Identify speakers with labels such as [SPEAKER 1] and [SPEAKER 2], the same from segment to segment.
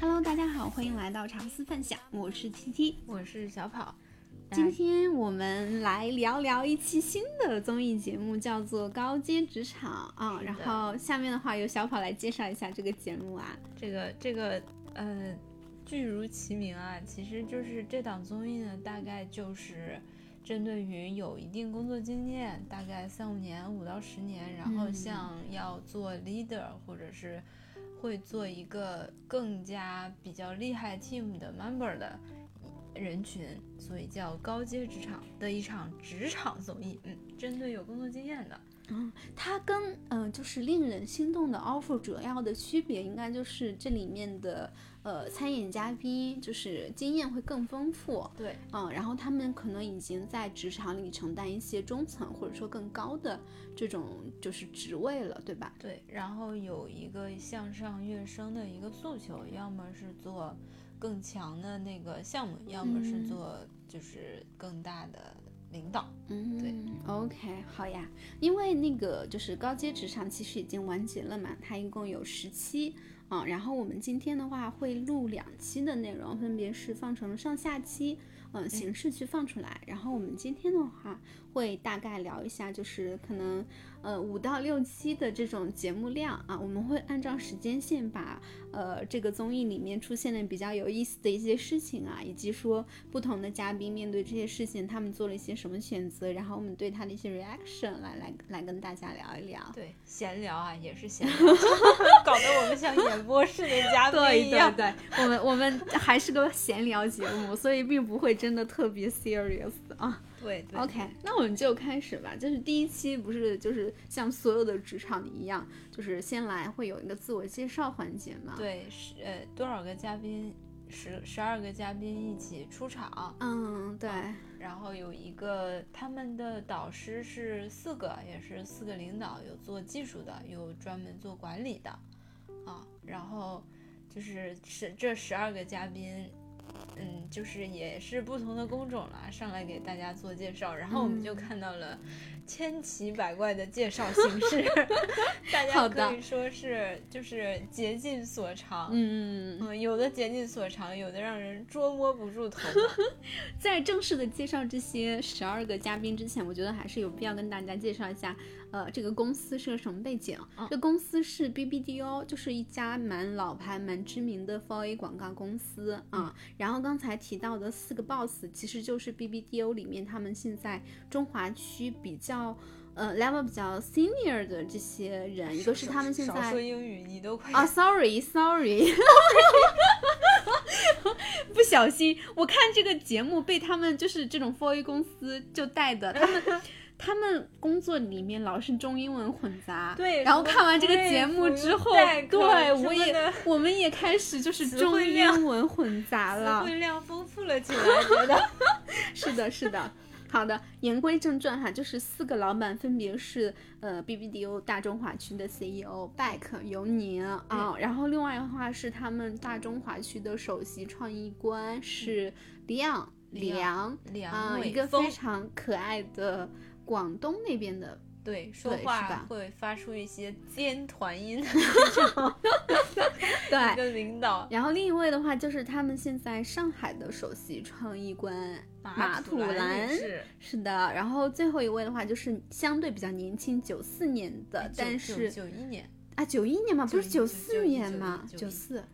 [SPEAKER 1] Hello，大家好，欢迎来到茶思饭享，我是 T T。
[SPEAKER 2] 我是小跑。
[SPEAKER 1] 今天我们来聊聊一期新的综艺节目，叫做《高阶职场》啊。
[SPEAKER 2] 是
[SPEAKER 1] 然
[SPEAKER 2] 的
[SPEAKER 1] 后下面的话由小跑来介绍一下这个节目啊。
[SPEAKER 2] 这个这个呃，剧如其名啊，其实就是这档综艺呢，大概就是针对于有一定工作经验，大概三五年、五到十年，然后
[SPEAKER 1] 嗯
[SPEAKER 2] 像要做 leader 或者是会做一个更加比较厉害 team 的 member 的人群，所以叫高阶职场的一场职场综艺，嗯，针对有工作经验的。
[SPEAKER 1] 嗯，它跟嗯、呃就是令人心动的 offer 主要的区别，应该就是这里面的呃参演嘉宾就是经验会更丰富，
[SPEAKER 2] 对，
[SPEAKER 1] 嗯，然后他们可能已经在职场里承担一些中层或者说更高的这种就是职位了，对吧？
[SPEAKER 2] 对，然后有一个向上跃升的一个诉求，要么是做更强的那个项目，要么是
[SPEAKER 1] 嗯
[SPEAKER 2] 做就是更大的领导。
[SPEAKER 1] 嗯，
[SPEAKER 2] 对
[SPEAKER 1] ，OK，好呀。因为那个就是高阶职场其实已经完结了嘛，它一共有十期啊。然后我们今天的话会录两期的内容，分别是放成上下期，嗯、形式去放出来。然后我们今天的话会大概聊一下，就是可能呃五到六期的这种节目量啊，我们会按照时间线把呃这个综艺里面出现的比较有意思的一些事情啊，以及说不同的嘉宾面对这些事情，他们做了一些什么选择，然后我们对他的一些 reaction 来来来跟大家聊一聊。
[SPEAKER 2] 对，闲聊啊，也是 闲聊， 搞得我们像演播室的嘉宾一
[SPEAKER 1] 对
[SPEAKER 2] 样。
[SPEAKER 1] 对，我们我们还是个闲聊节目，所以并不会真的特别 serious 啊。
[SPEAKER 2] 对对
[SPEAKER 1] OK，那我们就开始吧。就是第一期不是就是像所有的职场一样，就是先来会有一个自我介绍环节嘛？，
[SPEAKER 2] 对，是呃，多少个嘉宾？十十二个嘉宾一起出场，
[SPEAKER 1] 嗯，对，
[SPEAKER 2] 然后有一个他们的导师是四个，也是四个领导，有做技术的，有专门做管理的，啊，然后就是是这十二个嘉宾，嗯，就是也是不同的工种啦，上来给大家做介绍，然后我们就
[SPEAKER 1] 嗯
[SPEAKER 2] 看到了千奇百怪的介绍形式， 大
[SPEAKER 1] 好
[SPEAKER 2] 家
[SPEAKER 1] 的
[SPEAKER 2] 可以说是就是竭尽所长。
[SPEAKER 1] 嗯。
[SPEAKER 2] 嗯，有的竭尽所长，有的让人捉摸不住头脑。
[SPEAKER 1] 在正式的介绍这些十二个嘉宾之前，我觉得还是有必要跟大家介绍一下，呃，这个公司是个什么背景？
[SPEAKER 2] 嗯
[SPEAKER 1] 这公司是 BBDO，就是一家蛮老牌、蛮知名的 4A 广告公司啊、
[SPEAKER 2] 嗯
[SPEAKER 1] 然后刚才提到的四个 boss，其实就是 BBDO 里面他们现在中华区比较。呃，level 比较 senior 的这些人，一个是他们现在
[SPEAKER 2] 少说英语，你都快
[SPEAKER 1] 啊、s o r r y sorry，不小心，我看这个节目被他们就是这种 4A 公司就带的， 他们他们工作里面老是中英文混杂，
[SPEAKER 2] 对
[SPEAKER 1] 然后
[SPEAKER 2] 什么
[SPEAKER 1] 看完这个
[SPEAKER 2] brief
[SPEAKER 1] 节目之后，
[SPEAKER 2] 代口
[SPEAKER 1] 对
[SPEAKER 2] 什么
[SPEAKER 1] 我也
[SPEAKER 2] 的
[SPEAKER 1] 我们也开始就是
[SPEAKER 2] 词
[SPEAKER 1] 中
[SPEAKER 2] 汇量
[SPEAKER 1] 英文混杂
[SPEAKER 2] 词
[SPEAKER 1] 了，
[SPEAKER 2] 汇量丰富了起来，觉 得
[SPEAKER 1] 是的，是的。好的，言归正传哈，就是四个老板分别是呃 BBDO 大中华区的 CEO 拜克尤宁啊、然后另外的话是他们大中华区的首席创意官是亮
[SPEAKER 2] 嗯李
[SPEAKER 1] 良啊、
[SPEAKER 2] 梁伟
[SPEAKER 1] 一个
[SPEAKER 2] 峰
[SPEAKER 1] 非常可爱的广东那边 的
[SPEAKER 2] 对说
[SPEAKER 1] 对是吧
[SPEAKER 2] 话会发出一些尖团音的那种
[SPEAKER 1] 对，
[SPEAKER 2] 一个领导
[SPEAKER 1] 然后另一位的话就是他们现在上海的首席创意官马
[SPEAKER 2] 土
[SPEAKER 1] 兰
[SPEAKER 2] 也是
[SPEAKER 1] 是的，然后最后一位的话就是相对比较年轻，九四年的，但是
[SPEAKER 2] 哎九一年
[SPEAKER 1] 啊，九一年嘛，不是
[SPEAKER 2] 91
[SPEAKER 1] 四年嘛，
[SPEAKER 2] 91
[SPEAKER 1] 九四。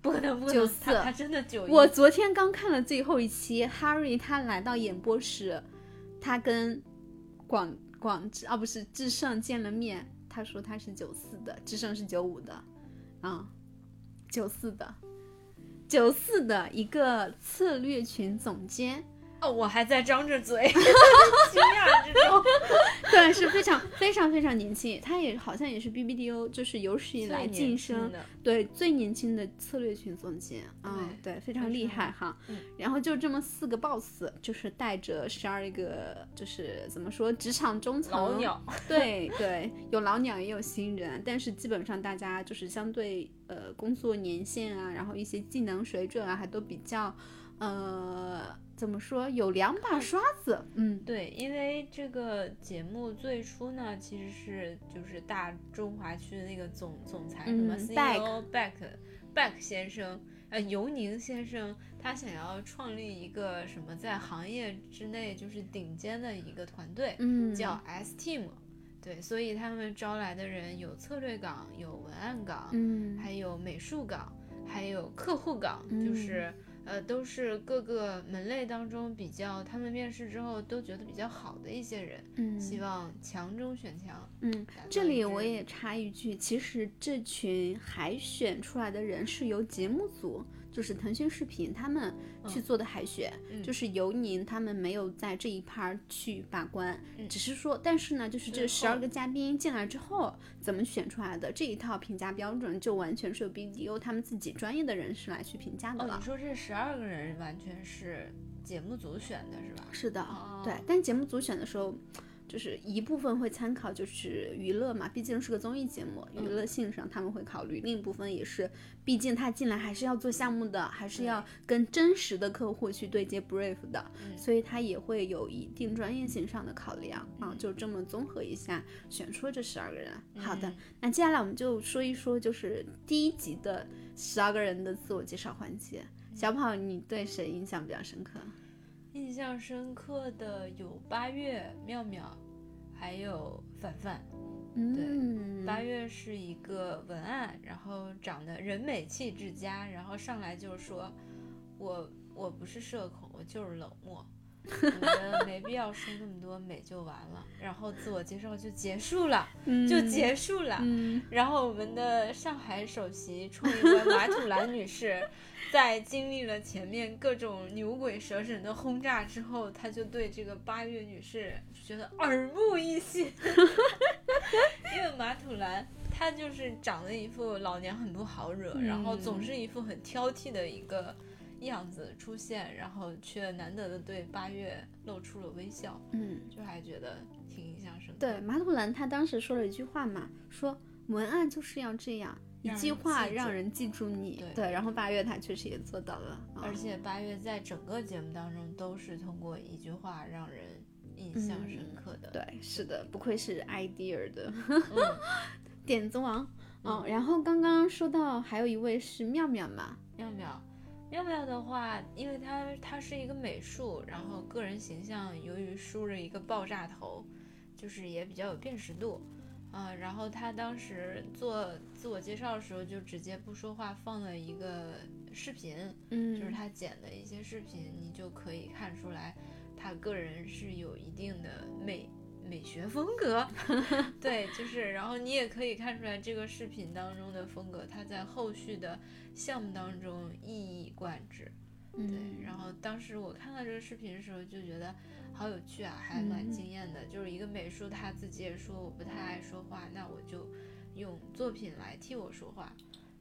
[SPEAKER 2] 不可能不可能，
[SPEAKER 1] 94
[SPEAKER 2] 他他真的九一
[SPEAKER 1] 我昨天刚看了最后一期，Harry 他来到演播室，他跟广广智啊不是智胜见了面，他说他是九四的，智胜是九五的，啊、9九四的，九四的一个策略群总监，
[SPEAKER 2] 哦我还在张着嘴， 惊讶 之中，
[SPEAKER 1] 对，是非常非常非常年轻，他也好像也是 BBDO 就是有史以来
[SPEAKER 2] 最年
[SPEAKER 1] 晋
[SPEAKER 2] 轻
[SPEAKER 1] 升
[SPEAKER 2] 的
[SPEAKER 1] 对最年轻的策略群总监啊、对，非常
[SPEAKER 2] 非
[SPEAKER 1] 厉
[SPEAKER 2] 常
[SPEAKER 1] 害哈。
[SPEAKER 2] 嗯
[SPEAKER 1] 然后就这么四个 boss，就是带着十二个，就是怎么说，职场中层
[SPEAKER 2] 老，鸟，
[SPEAKER 1] 对对，有老鸟也有新人，但是基本上大家就是相对呃工作年限啊，然后一些技能水准啊，还都比较呃怎么说，有两把刷子，嗯，
[SPEAKER 2] 对，因为这个节目最初呢，其实是就是大中华区的那个总总裁什么
[SPEAKER 1] 嗯，Beck
[SPEAKER 2] CEO Beck Beck 先生，呃，尤宁先生，他想要创立一个什么在行业之内就是顶尖的一个团队，
[SPEAKER 1] 嗯，
[SPEAKER 2] 叫 S Team。对，所以他们招来的人有策略岗，有文案岗，
[SPEAKER 1] 嗯，
[SPEAKER 2] 还有美术岗，还有客户岗，
[SPEAKER 1] 嗯
[SPEAKER 2] 就是呃，都是各个门类当中比较，他们面试之后都觉得比较好的一些人，
[SPEAKER 1] 嗯
[SPEAKER 2] 希望强中选强。
[SPEAKER 1] 嗯
[SPEAKER 2] 打造，
[SPEAKER 1] 这
[SPEAKER 2] 一
[SPEAKER 1] 里
[SPEAKER 2] 支
[SPEAKER 1] 我也插一句，其实这群海选出来的人是由节目组，就是腾讯视频他们去
[SPEAKER 2] 嗯
[SPEAKER 1] 做的海选，
[SPEAKER 2] 嗯
[SPEAKER 1] 就是由您他们没有在这一趴儿去把关，
[SPEAKER 2] 嗯
[SPEAKER 1] 只是说，但是呢，就是这
[SPEAKER 2] 最
[SPEAKER 1] 十二
[SPEAKER 2] 后
[SPEAKER 1] 个嘉宾进来之后怎么选出来的这一套评价标准，就完全是由 BDO 他们自己专业的人士来去评价的
[SPEAKER 2] 哦，
[SPEAKER 1] 了
[SPEAKER 2] 你。说这十二个人完全是节目组选的是吧？
[SPEAKER 1] 是的，
[SPEAKER 2] 哦
[SPEAKER 1] 对。但节目组选的时候，就是一部分会参考就是娱乐嘛，毕竟是个综艺节目，娱
[SPEAKER 2] 嗯
[SPEAKER 1] 乐性上他们会考虑；另一部分也是，毕竟他进来还是要做项目的，还是要
[SPEAKER 2] 对
[SPEAKER 1] 跟真实的客户去对接 brief 的，
[SPEAKER 2] 嗯
[SPEAKER 1] 所以他也会有一定专业性上的考量、啊。
[SPEAKER 2] 嗯
[SPEAKER 1] 就这么综合一下，选出了这十二个人。好的
[SPEAKER 2] 嗯，
[SPEAKER 1] 那接下来我们就说一说就是第一集的十二个人的自我介绍环节。
[SPEAKER 2] 嗯
[SPEAKER 1] 小跑，你对谁印象比较深刻？
[SPEAKER 2] 印象深刻的有八月、妙妙，还有凡凡。
[SPEAKER 1] 嗯，
[SPEAKER 2] 八月是一个文案，然后长得人美气质佳，然后上来就说，我我不是社恐，我就是冷漠，我觉得没必要说那么多美就完了，然后自我介绍就结束了，就结束了。
[SPEAKER 1] 嗯
[SPEAKER 2] 然后我们的上海首席创业官马土兰 女士，在经历了前面各种牛鬼蛇神的轰炸之后，她就对这个八月女士觉得耳目一 新，因为马土兰她就是长得一副老娘很不好惹，
[SPEAKER 1] 嗯
[SPEAKER 2] 然后总是一副很挑剔的一个样子出现，然后却难得的对八月露出了微笑，
[SPEAKER 1] 嗯，
[SPEAKER 2] 就还觉得挺印象深刻。
[SPEAKER 1] 对，，马土兰他当时说了一句话嘛，说文案就是要这样，一
[SPEAKER 2] 让
[SPEAKER 1] 句
[SPEAKER 2] 人
[SPEAKER 1] 话
[SPEAKER 2] 记
[SPEAKER 1] 让
[SPEAKER 2] 住
[SPEAKER 1] 人记住你。
[SPEAKER 2] 对
[SPEAKER 1] 然后八月他确实也做到了，啊
[SPEAKER 2] 而且八月在整个节目当中都是通过一句话让人印象深刻的。
[SPEAKER 1] 嗯对，是的，不愧是 idea 的
[SPEAKER 2] 嗯，
[SPEAKER 1] 点子王。嗯、然后刚刚说到还有一位是妙妙嘛，
[SPEAKER 2] 妙妙，妙妙的话，因为她她是一个美术，然后个人形象由于梳着一个爆炸头，就是也比较有辨识度。啊、然后她当时做自我介绍的时候，就直接不说话，放了一个视频，
[SPEAKER 1] 嗯，
[SPEAKER 2] 就是他剪的一些视频，你就可以看出来，他个人是有一定的美美学风格，对，就是，然后你也可以看出来这个视频当中的风格，他在后续的项目当中一以贯之，对。
[SPEAKER 1] 嗯，
[SPEAKER 2] 然后当时我看到这个视频的时候，就觉得好有趣啊，还蛮
[SPEAKER 1] 嗯
[SPEAKER 2] 惊艳的。就是一个美术，他自己也说我不太爱说话，那我就用作品来替我说话。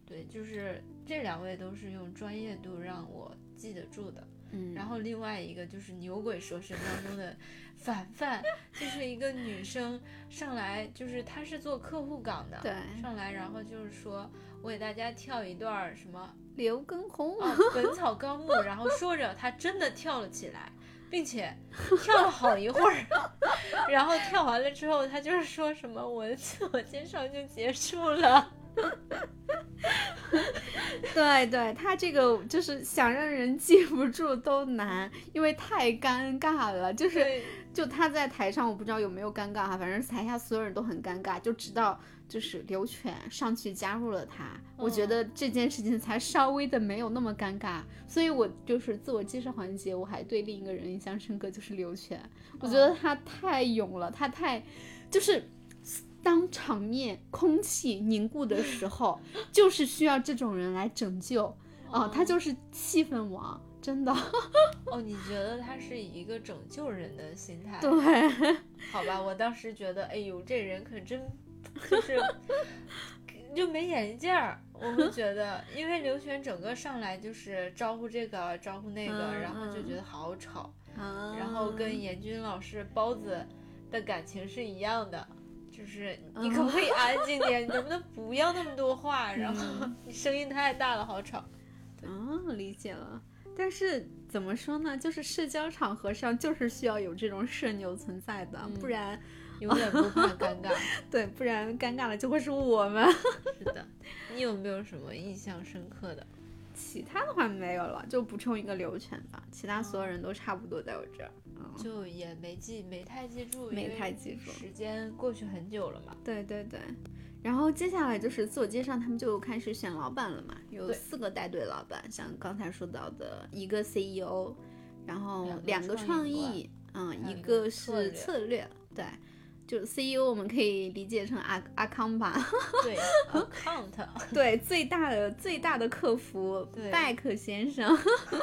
[SPEAKER 2] 对，就是这两位都是用专业度让我记得住的。
[SPEAKER 1] 嗯，
[SPEAKER 2] 然后另外一个就是牛鬼蛇神当中的 凡凡，就是一个女生上来，就是她是做客户岗的，
[SPEAKER 1] 对，
[SPEAKER 2] 上来然后就是说我给大家跳一段儿什么
[SPEAKER 1] 刘畊宏，
[SPEAKER 2] 哦，《本草纲目》，然后说着他真的跳了起来，并且跳了好一会儿， 然后跳完了之后，他就是说什么我的自我介绍就结束了。
[SPEAKER 1] 对对，他这个就是想让人记不住都难，因为太尴尬了，就是。
[SPEAKER 2] 对，
[SPEAKER 1] 就他在台上，我不知道有没有尴尬哈，反正台下所有人都很尴尬，就直到就是刘全上去加入了他，我觉得这件事情才稍微的没有那么尴尬。所以我就是自我介绍环节，我还对另一个人印象深刻，就是刘全，我觉得他太勇了，他太就是。当场面空气凝固的时候，就是需要这种人来拯救啊、他就是气氛王，真的。
[SPEAKER 2] 哦，你觉得他是以一个拯救人的心态？
[SPEAKER 1] 对，
[SPEAKER 2] 好吧，我当时觉得，哎呦，这人可真就是 就没眼力劲儿。我会觉得，因为刘璇整个上来就是招呼这个招呼那个，
[SPEAKER 1] 嗯
[SPEAKER 2] 然后就
[SPEAKER 1] 嗯
[SPEAKER 2] 觉得好吵。
[SPEAKER 1] 然
[SPEAKER 2] 然后
[SPEAKER 1] 嗯
[SPEAKER 2] 跟严军老师包子的感情是一样的，就是你可不
[SPEAKER 1] 嗯
[SPEAKER 2] 可以安静点？你能不能不要那么多话？然后
[SPEAKER 1] 嗯
[SPEAKER 2] 你声音太大了，好吵。
[SPEAKER 1] 哦，理解了。但是怎么说呢？就是社交场合上，就是需要有这种社牛存在的，
[SPEAKER 2] 嗯
[SPEAKER 1] 不然
[SPEAKER 2] 永远不怕尴尬。
[SPEAKER 1] 对，不然尴尬了就会是我们。
[SPEAKER 2] 是的，你你有没有什么印象深刻的？
[SPEAKER 1] 其他的话没有了，就补充一个流程吧，其他所有人都差不多在我这儿。嗯，
[SPEAKER 2] 就也没记，没太记住，
[SPEAKER 1] 没
[SPEAKER 2] 因为
[SPEAKER 1] 太记住
[SPEAKER 2] 时间过去很久 了嘛。
[SPEAKER 1] 对对对。然后接下来就是自我介绍，他们就开始选老板了嘛，有
[SPEAKER 2] 对
[SPEAKER 1] 四个带队老板，像刚才说到的一个 CEO，然后两
[SPEAKER 2] 两
[SPEAKER 1] 个
[SPEAKER 2] 个
[SPEAKER 1] 创
[SPEAKER 2] 创意
[SPEAKER 1] 意，嗯，
[SPEAKER 2] 还有
[SPEAKER 1] 一
[SPEAKER 2] 一个
[SPEAKER 1] 个
[SPEAKER 2] 策
[SPEAKER 1] 是
[SPEAKER 2] 略
[SPEAKER 1] 策略，对，就 CEO 我们可以理解成阿阿康吧，
[SPEAKER 2] 对，account，
[SPEAKER 1] 对，最大的最大的客服
[SPEAKER 2] 对
[SPEAKER 1] 拜克先生。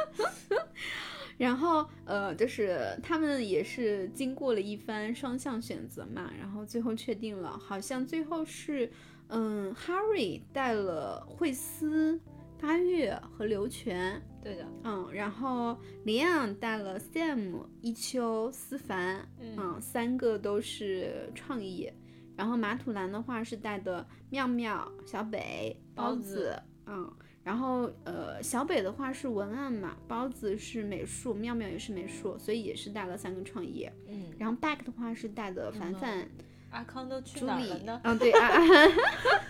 [SPEAKER 1] 然后呃，就是他们也是经过了一番双向选择嘛，然后最后确定了，好像最后是嗯，Harry 带了惠斯、八月和刘全，
[SPEAKER 2] 对的，
[SPEAKER 1] 嗯，然后林昂带了 Sam、一秋、思凡，
[SPEAKER 2] 嗯，
[SPEAKER 1] 嗯，三个都是创意。然后马土兰的话是带的妙妙、小北、包
[SPEAKER 2] 包
[SPEAKER 1] 子，
[SPEAKER 2] 子
[SPEAKER 1] 嗯，然后呃，小北的话是文案嘛，包子是美术，妙妙也是美术，所以也是带了三个创意。
[SPEAKER 2] 嗯，
[SPEAKER 1] 然后 back 的话是带的凡
[SPEAKER 2] 嗯
[SPEAKER 1] 凡、
[SPEAKER 2] 阿康都去
[SPEAKER 1] 朱
[SPEAKER 2] 哪儿
[SPEAKER 1] 莉
[SPEAKER 2] 了，呢？
[SPEAKER 1] 嗯，对啊， 啊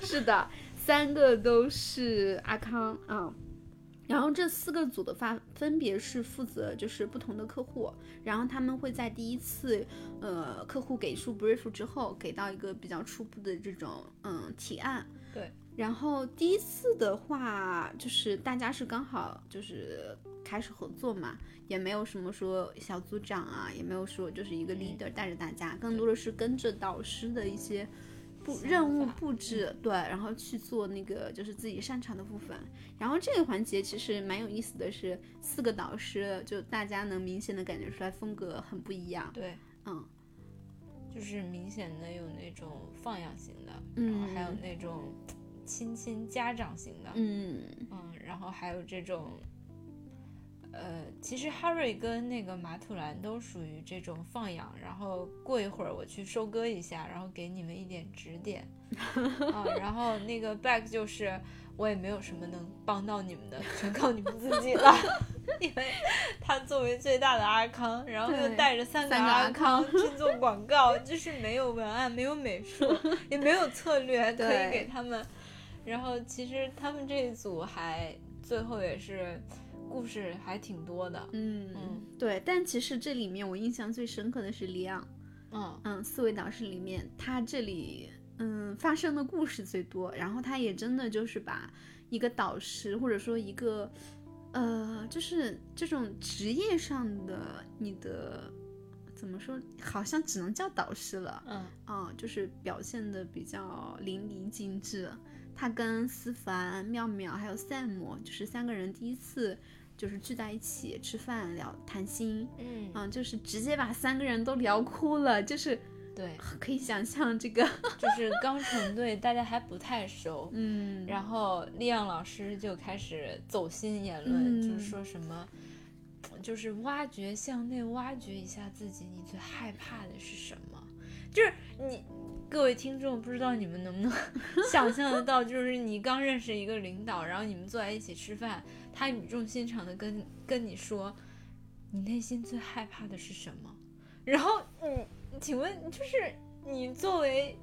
[SPEAKER 1] 是的，三个都是阿康，嗯。然后这四个组的发分别是负责就是不同的客户，然后他们会在第一次，呃，客户给出 brief 之后，给到一个比较初步的这种嗯提案。
[SPEAKER 2] 对。
[SPEAKER 1] 然后第一次的话，就是大家是刚好就是开始合作嘛，也没有什么说小组长啊，也没有说就是一个
[SPEAKER 2] 嗯
[SPEAKER 1] leader 带着大家，更多的是跟着导师的一些布
[SPEAKER 2] 想
[SPEAKER 1] 任务
[SPEAKER 2] 法嗯
[SPEAKER 1] 布置，对，然后去做那个就是自己擅长的部分。然后这个环节其实蛮有意思的是，四个导师就大家能明显的感觉出来风格很不一样，
[SPEAKER 2] 对，
[SPEAKER 1] 嗯，
[SPEAKER 2] 就是明显的有那种放养型的，
[SPEAKER 1] 嗯
[SPEAKER 2] 然后还有那种亲亲家长型的，
[SPEAKER 1] 嗯，
[SPEAKER 2] 嗯，然后还有这种，呃，其实 Harry 跟那个马土兰都属于这种放养，然后过一会儿我去收割一下，然后给你们一点指点，啊，然后那个 Back 就是我也没有什么能帮到你们的，全靠你们自己了。 因为他作为最大的阿康，然后又
[SPEAKER 1] 对
[SPEAKER 2] 带着三
[SPEAKER 1] 三个
[SPEAKER 2] 阿
[SPEAKER 1] 阿康
[SPEAKER 2] 去做广告，就是没有文案，没有美术，也没有策略可
[SPEAKER 1] 对
[SPEAKER 2] 以给他们。然后其实他们这一组还最后也是故事还挺多的，
[SPEAKER 1] 嗯
[SPEAKER 2] 嗯，
[SPEAKER 1] 对，但其实这里面我印象最深刻的是李昂，
[SPEAKER 2] 嗯，
[SPEAKER 1] 嗯，四位导师里面，他这里嗯发生的故事最多，然后他也真的就是把一个导师或者说一个呃，就是这种职业上的你的怎么说，好像只能叫导师了，
[SPEAKER 2] 嗯，
[SPEAKER 1] 啊、就是表现的比较淋漓尽致。他跟思凡、妙妙还有 Sam，就是三个人第一次就是聚在一起吃饭聊谈心，
[SPEAKER 2] 嗯
[SPEAKER 1] 嗯、就是直接把三个人都聊哭了，就是
[SPEAKER 2] 对，
[SPEAKER 1] 可以想象这个，
[SPEAKER 2] 就是刚成队，大家还不太熟，
[SPEAKER 1] 嗯，
[SPEAKER 2] 然后利昂老师就开始走心言论，
[SPEAKER 1] 嗯
[SPEAKER 2] 就是说什么，就是挖掘向内挖掘一下自己，你最害怕的是什么？就是你各位听众，不知道你们能 不能想象得到，就是你刚认识一个领导，然后你们坐在一起吃饭，他语重心长的跟跟你说，你内心最害怕的是什么？然后你，请问就是你作为。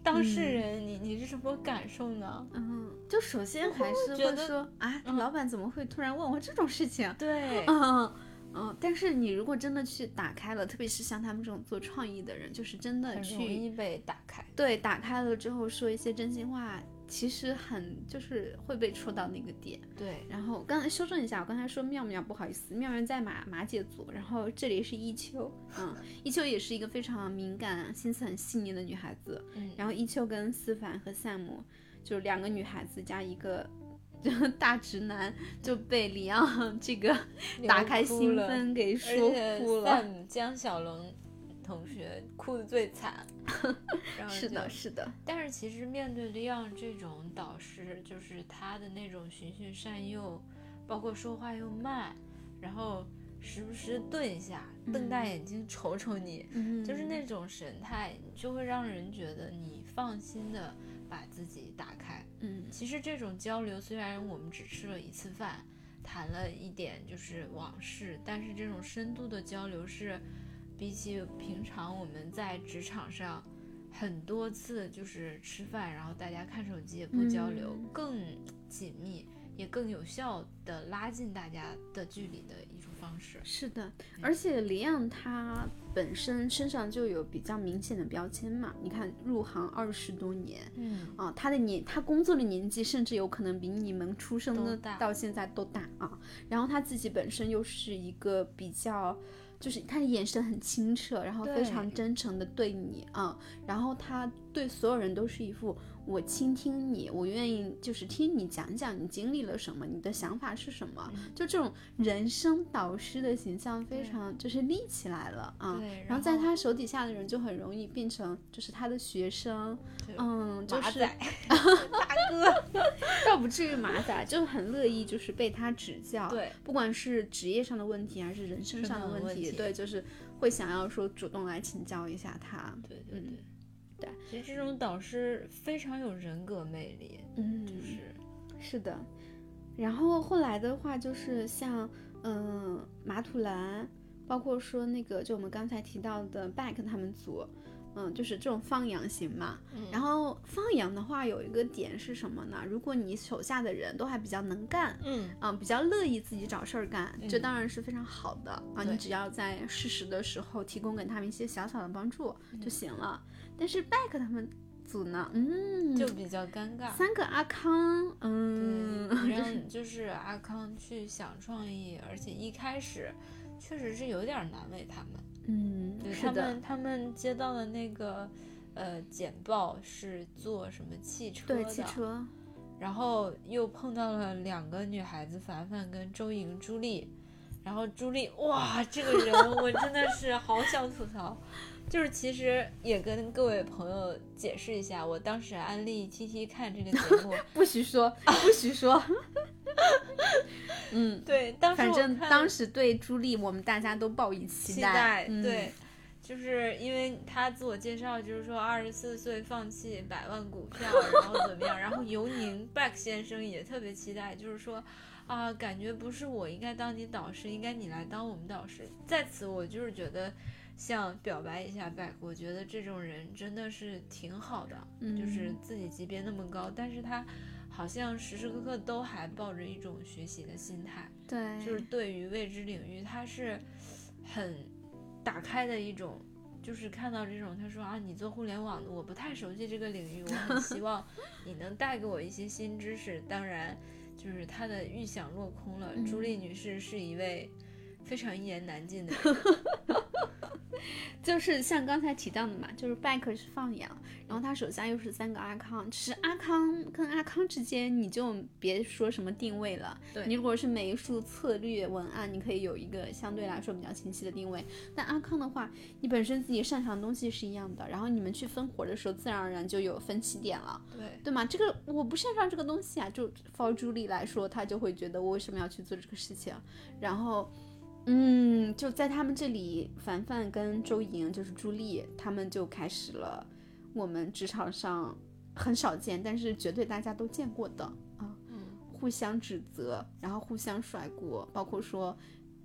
[SPEAKER 2] 当事
[SPEAKER 1] 嗯
[SPEAKER 2] 人，你你是什么感受呢？
[SPEAKER 1] 嗯，就首先还是
[SPEAKER 2] 觉
[SPEAKER 1] 会
[SPEAKER 2] 得
[SPEAKER 1] 说啊，
[SPEAKER 2] 嗯
[SPEAKER 1] 老板怎么会突然问我这种事情？
[SPEAKER 2] 对，
[SPEAKER 1] 嗯嗯，但是你如果真的去打开了，特别是像他们这种做创意的人，就是真的
[SPEAKER 2] 很
[SPEAKER 1] 去
[SPEAKER 2] 容易被打开。
[SPEAKER 1] 对，打开了之后说一些真心话，其实很就是会被戳到那个点。
[SPEAKER 2] 对，
[SPEAKER 1] 然后刚才修正一下，我刚才说妙妙，不好意思，妙妙在马马姐组，然后这里是一秋，嗯，一秋也是一个非常敏感、心思很细腻的女孩子。
[SPEAKER 2] 嗯，
[SPEAKER 1] 然后一秋跟思凡和萨姆就两个女孩子加一个就大直男，就被里昂 这个打开心
[SPEAKER 2] 了，
[SPEAKER 1] 扉给
[SPEAKER 2] 而
[SPEAKER 1] 说
[SPEAKER 2] 且
[SPEAKER 1] 哭了。
[SPEAKER 2] Sam 江小龙同学哭的最 惨。然后
[SPEAKER 1] 是
[SPEAKER 2] 就
[SPEAKER 1] 的，，是的，
[SPEAKER 2] 但是其实面对利昂这种导师，就是他的那种循循善诱，包括说话又慢，然后时不时顿一下，瞪大
[SPEAKER 1] 嗯
[SPEAKER 2] 眼睛瞅瞅你，
[SPEAKER 1] 嗯
[SPEAKER 2] 就是那种神态，就会让人觉得你放心的把自己打开。
[SPEAKER 1] 嗯
[SPEAKER 2] 其实这种交流，虽然我们只吃了一次饭，谈了一点就是往事，但是这种深度的交流是比起平常我们在职场上很多次就是吃饭，然后大家看手机也不交流，
[SPEAKER 1] 嗯
[SPEAKER 2] 更紧密也更有效的拉近大家的距离的一种方式。
[SPEAKER 1] 是的，而且李漾他本身身上就有比较明显的标签嘛。你看，入行二十多年
[SPEAKER 2] 嗯，
[SPEAKER 1] 啊，他的年他工作的年纪甚至有可能比你们出生的
[SPEAKER 2] 都大
[SPEAKER 1] 到现在都大啊。然后他自己本身又是一个比较。就是他的眼神很清澈，然后非
[SPEAKER 2] 对
[SPEAKER 1] 常真诚的对你啊、然后他对所有人都是一副我倾听你，我愿意就是听你讲讲你经历了什么，你的想法是什么，就这种人生导师的形象非
[SPEAKER 2] 对
[SPEAKER 1] 常就是立起来了啊。
[SPEAKER 2] 对，
[SPEAKER 1] 然后在他手底下的人就很容易变成就是他的学生，
[SPEAKER 2] 嗯，
[SPEAKER 1] 嗯，就
[SPEAKER 2] 马
[SPEAKER 1] 是
[SPEAKER 2] 仔大哥，
[SPEAKER 1] 倒不至于马仔，就很乐意就是被他指教。
[SPEAKER 2] 对，
[SPEAKER 1] 不管是职业上的问题还是人生
[SPEAKER 2] 生
[SPEAKER 1] 上的
[SPEAKER 2] 上的
[SPEAKER 1] 问
[SPEAKER 2] 问
[SPEAKER 1] 题，
[SPEAKER 2] 题
[SPEAKER 1] 对，就是会想要说主动来请教一下他。
[SPEAKER 2] 对对对
[SPEAKER 1] 嗯，对，
[SPEAKER 2] 所以这种导师非常有人格魅力，
[SPEAKER 1] 嗯，
[SPEAKER 2] 就是
[SPEAKER 1] 是的，然后后来的话就是像嗯、呃马土兰，包括说那个就我们刚才提到的 Back 他们组，嗯，就是这种放养型嘛。
[SPEAKER 2] 嗯
[SPEAKER 1] 然后放养的话有一个点是什么呢？如果你手下的人都还比较能干。
[SPEAKER 2] 嗯，
[SPEAKER 1] 嗯，比较乐意自己找事儿干，这
[SPEAKER 2] 嗯
[SPEAKER 1] 当然是非常好的、啊！你
[SPEAKER 2] 对
[SPEAKER 1] 只要在适时的时候提供给他们一些小小的帮助
[SPEAKER 2] 嗯
[SPEAKER 1] 就行了。但是 Back 他们组呢，嗯，
[SPEAKER 2] 就比较尴尬。
[SPEAKER 1] 三个阿康，嗯，
[SPEAKER 2] 对，让就是阿康去想创意，而且一开始确实是有点儿难为他们。
[SPEAKER 1] 嗯
[SPEAKER 2] 对，
[SPEAKER 1] 是
[SPEAKER 2] 他
[SPEAKER 1] 的
[SPEAKER 2] 们，他们接到的那个呃简报是做什么汽车
[SPEAKER 1] 对
[SPEAKER 2] 的，
[SPEAKER 1] 汽车，
[SPEAKER 2] 然后又碰到了两个女孩子凡凡跟周莹朱莉，然后朱莉哇，这个人我真的是好想吐槽。就是其实也跟各位朋友解释一下，我当时安利 T T 看这个节目，
[SPEAKER 1] 不许说，不许 说。嗯，
[SPEAKER 2] 对，当时
[SPEAKER 1] 反
[SPEAKER 2] 我
[SPEAKER 1] 正
[SPEAKER 2] 看
[SPEAKER 1] 当时对朱莉，我们大家都抱以期
[SPEAKER 2] 期
[SPEAKER 1] 待。嗯、
[SPEAKER 2] 对，，就是因为他自我介绍就是说二十四岁放弃百万股 票，然后怎么样？然后尤宁 Back 先生也特别期待，就是说啊、感觉不是我应该当你导师，应该你来当我们导师。在此，我就是觉得想表白一下 Back，我觉得这种人真的是挺好的，
[SPEAKER 1] 嗯
[SPEAKER 2] 就是自己级别那么高，但是他。好像时时刻刻都还抱着一种学习的心态，
[SPEAKER 1] 对，
[SPEAKER 2] 就是对于未知领域，他是很打开的一种，就是看到这种，他说啊，你做互联网的，我不太熟悉这个领域，我很希望你能带给我一些新知识。当然，就是他的预想落空了。朱莉女士是一位非常一言难尽的人，
[SPEAKER 1] 就是像刚才提到的嘛，就是 Back 是放养，然后他手下又是三个阿康，其实阿康跟阿康之间你就别说什么定位了，
[SPEAKER 2] 对
[SPEAKER 1] 你如果是美术、策略、文案，你可以有一个相对来说比较清晰的定位。但阿康的话，你本身自己擅长的东西是一样的，然后你们去分活的时候，自然而然就有分歧点了。
[SPEAKER 2] 对
[SPEAKER 1] 对吗？这个我不擅长这个东西啊，就 for 朱莉来说，她就会觉得我为什么要去做这个事情？然后，嗯，就在他们这里，凡凡跟周莹就是朱莉，他们就开始了我们职场上很少见，但是绝对大家都见过的啊，互相指责，然后互相甩锅，包括说。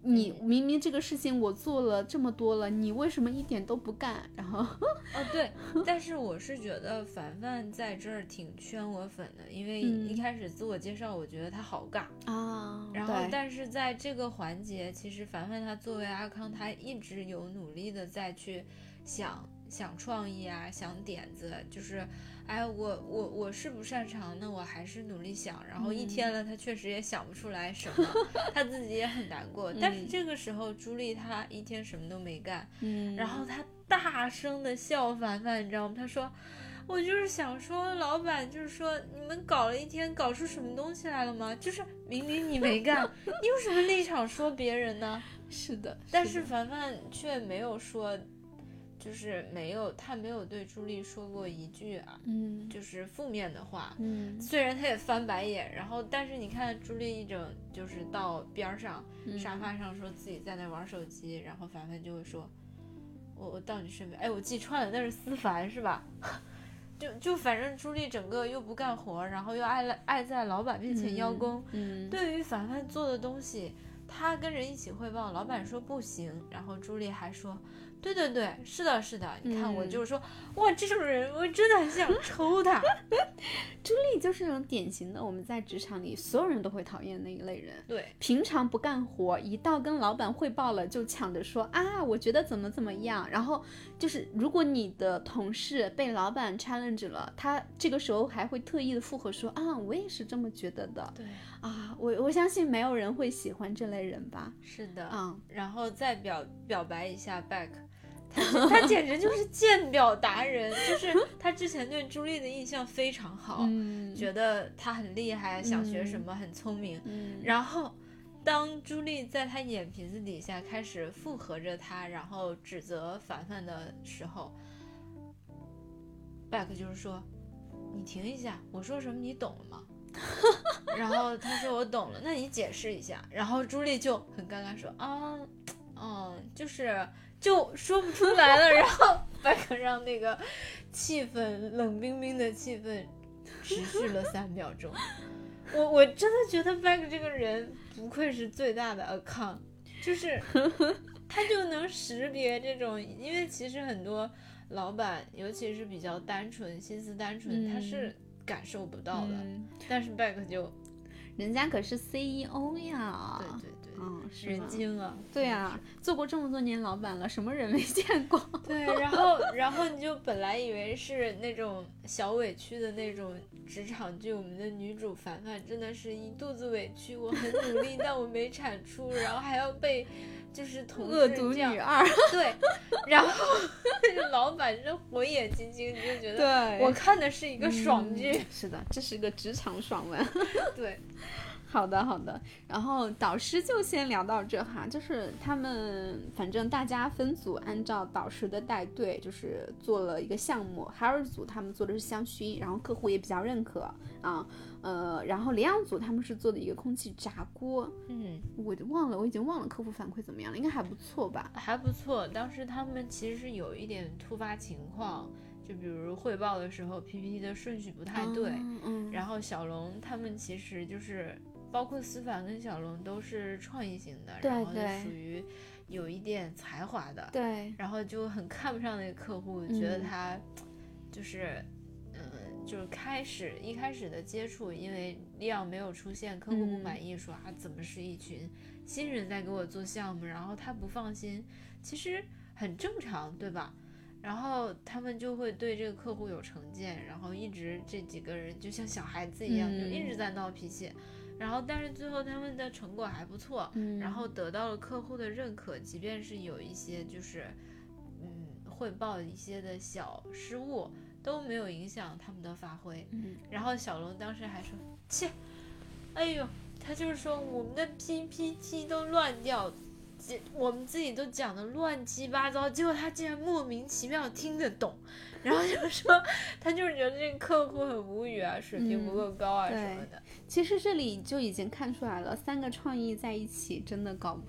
[SPEAKER 1] 你明明这个事情我做了这么多了，你为什么一点都不干？然后，
[SPEAKER 2] 哦对，但是我是觉得凡凡在这儿挺圈我粉的，因为一
[SPEAKER 1] 嗯
[SPEAKER 2] 开始自我介绍，我觉得他好尬，
[SPEAKER 1] 啊，
[SPEAKER 2] 然后
[SPEAKER 1] 对，
[SPEAKER 2] 但是在这个环节，其实凡凡他作为阿康，他一直有努力的在去想想创意啊，想点子，就是，哎，我我我是不擅长，那我还是努力想。然后一天
[SPEAKER 1] 嗯
[SPEAKER 2] 了，他确实也想不出来什么， 他自己也很难过。但是
[SPEAKER 1] 嗯
[SPEAKER 2] 这个时候，朱莉她一天什么都没干，
[SPEAKER 1] 嗯，
[SPEAKER 2] 然后他大声的笑凡凡，你知道吗？他说：“我就是想说，老板就是说，你们搞了一天，搞出什么东西来了吗？就是明明你没干，你有什么立场说别人呢？
[SPEAKER 1] 是的，
[SPEAKER 2] 但
[SPEAKER 1] 是的
[SPEAKER 2] 是凡凡却没有说，就是没有，他没有对朱莉说过一句啊，
[SPEAKER 1] 嗯
[SPEAKER 2] 就是负面的话。
[SPEAKER 1] 嗯
[SPEAKER 2] 虽然他也翻白眼，然后但是你看朱莉一整就是到边儿上，
[SPEAKER 1] 嗯
[SPEAKER 2] 沙发上说自己在那玩手机，然后凡凡就会说：“我我到你身边，哎，我记串了，那是思凡是吧？” 就就反正朱莉整个又不干活，然后又爱来爱在老板面前邀功。，
[SPEAKER 1] 嗯，嗯，
[SPEAKER 2] 对于凡凡做的东西，他跟人一起汇报，老板说不行，然后朱莉还说：“对对对，是的，是的。你看，我
[SPEAKER 1] 嗯
[SPEAKER 2] 就是说，哇，这种人我真的很想抽他。
[SPEAKER 1] 朱莉就是那种典型的我们在职场里所有人都会讨厌的一类人。
[SPEAKER 2] 对，
[SPEAKER 1] 平常不干活，一到跟老板汇报了，就抢着说啊，我觉得怎么怎么样。然后就是，如果你的同事被老板 challenge 了，他这个时候还会特意的附和说啊，我也是这么觉得的
[SPEAKER 2] 对，
[SPEAKER 1] 啊。我我相信没有人会喜欢这类人吧？
[SPEAKER 2] 是的。
[SPEAKER 1] 啊，
[SPEAKER 2] 然后再表表白一下 Back，他他简直就是鉴表达人，就是他之前对朱莉的印象非常好，
[SPEAKER 1] 嗯
[SPEAKER 2] 觉得她很厉害，想学什么，很聪明。
[SPEAKER 1] 嗯
[SPEAKER 2] 然后，当朱莉在他眼皮子底下开始附和着他，然后指责凡凡的时候，Back 就是说：“你停一下，我说什么你懂了吗？” 然后他说：“我懂了，那你解释一下。”然后朱莉就很尴尬说：“啊，嗯，就是就说不出来了。”然后 Back 让 那个气氛冷冰冰的气氛持续了三秒钟。我我真的觉得 Back 这个人不愧是最大的 account，就是 他就能识别这种，因为其实很多老板，尤其是比较单纯、心思单纯，
[SPEAKER 1] 嗯
[SPEAKER 2] 他是感受不到的。
[SPEAKER 1] 嗯，
[SPEAKER 2] 但是 Back 就
[SPEAKER 1] 人家可是 CEO 呀，
[SPEAKER 2] 对对对，
[SPEAKER 1] 嗯，是
[SPEAKER 2] 人
[SPEAKER 1] 吗？
[SPEAKER 2] 精啊，
[SPEAKER 1] 对啊，做过这么多年老板了，什么人没见过？
[SPEAKER 2] 对，然后然后你就本来以为是那种小委屈的那种职场剧，我们的女主凡凡真的是一肚子委屈，我很努力，但我没产出，然后还要被就是同
[SPEAKER 1] 恶
[SPEAKER 2] 事
[SPEAKER 1] 毒
[SPEAKER 2] 这样
[SPEAKER 1] 女二，
[SPEAKER 2] 对，然后老板是火眼金睛，你就觉得
[SPEAKER 1] 对
[SPEAKER 2] 我看的是一个 爽剧，
[SPEAKER 1] 嗯是的，这是个职场爽文。
[SPEAKER 2] 对，
[SPEAKER 1] 好的，好的。然后导师就先聊到这哈，就是他们反正大家分组，按照导师的带队，就是做了一个项目。海尔组他们做的是香薰，然后客户也比较认可啊，呃，然后联阳组他们是做的一个空气炸锅，
[SPEAKER 2] 嗯，
[SPEAKER 1] 我就忘了，我已经忘了客户反馈怎么样了，应该还不错吧？
[SPEAKER 2] 还不错。当时他们其实是有一点突发情况，就比如汇报的时候 PPT 的顺序不太对。
[SPEAKER 1] 嗯嗯，
[SPEAKER 2] 然后小龙他们其实就是，包括思凡跟小龙都是创意型的，
[SPEAKER 1] 对
[SPEAKER 2] 然后就
[SPEAKER 1] 对
[SPEAKER 2] 属于有一点才华的，
[SPEAKER 1] 对，
[SPEAKER 2] 然后就很看不上那个客户，觉得
[SPEAKER 1] 嗯
[SPEAKER 2] 他就是，嗯、就是开始一开始的接触，因为量没有出现，客
[SPEAKER 1] 嗯
[SPEAKER 2] 户不满意，说啊怎么是一群新人在给我做项目，然后他不放心，其实很正常，对吧？然后他们就会对这个客户有成见，然后一直这几个人就像小孩子一样，就一
[SPEAKER 1] 嗯
[SPEAKER 2] 直在闹脾气。然后，但是最后他们的成果还不错，
[SPEAKER 1] 嗯，
[SPEAKER 2] 然后得到了客户的认可，即便是有一些就是，嗯，汇报一些的小失误，都没有影响他们的发挥。
[SPEAKER 1] 嗯，
[SPEAKER 2] 然后小龙当时还说：“切，哎呦，他就是说我们的 PPT 都乱掉，这我们自己都讲的乱七八糟，结果他竟然莫名其妙听得懂，然后就说他就是觉得这个客户很无语啊，水平不
[SPEAKER 1] 嗯
[SPEAKER 2] 够高啊、什么
[SPEAKER 1] 对
[SPEAKER 2] 的。
[SPEAKER 1] 其实这里就已经看出来了，三个创意在一起真的搞不，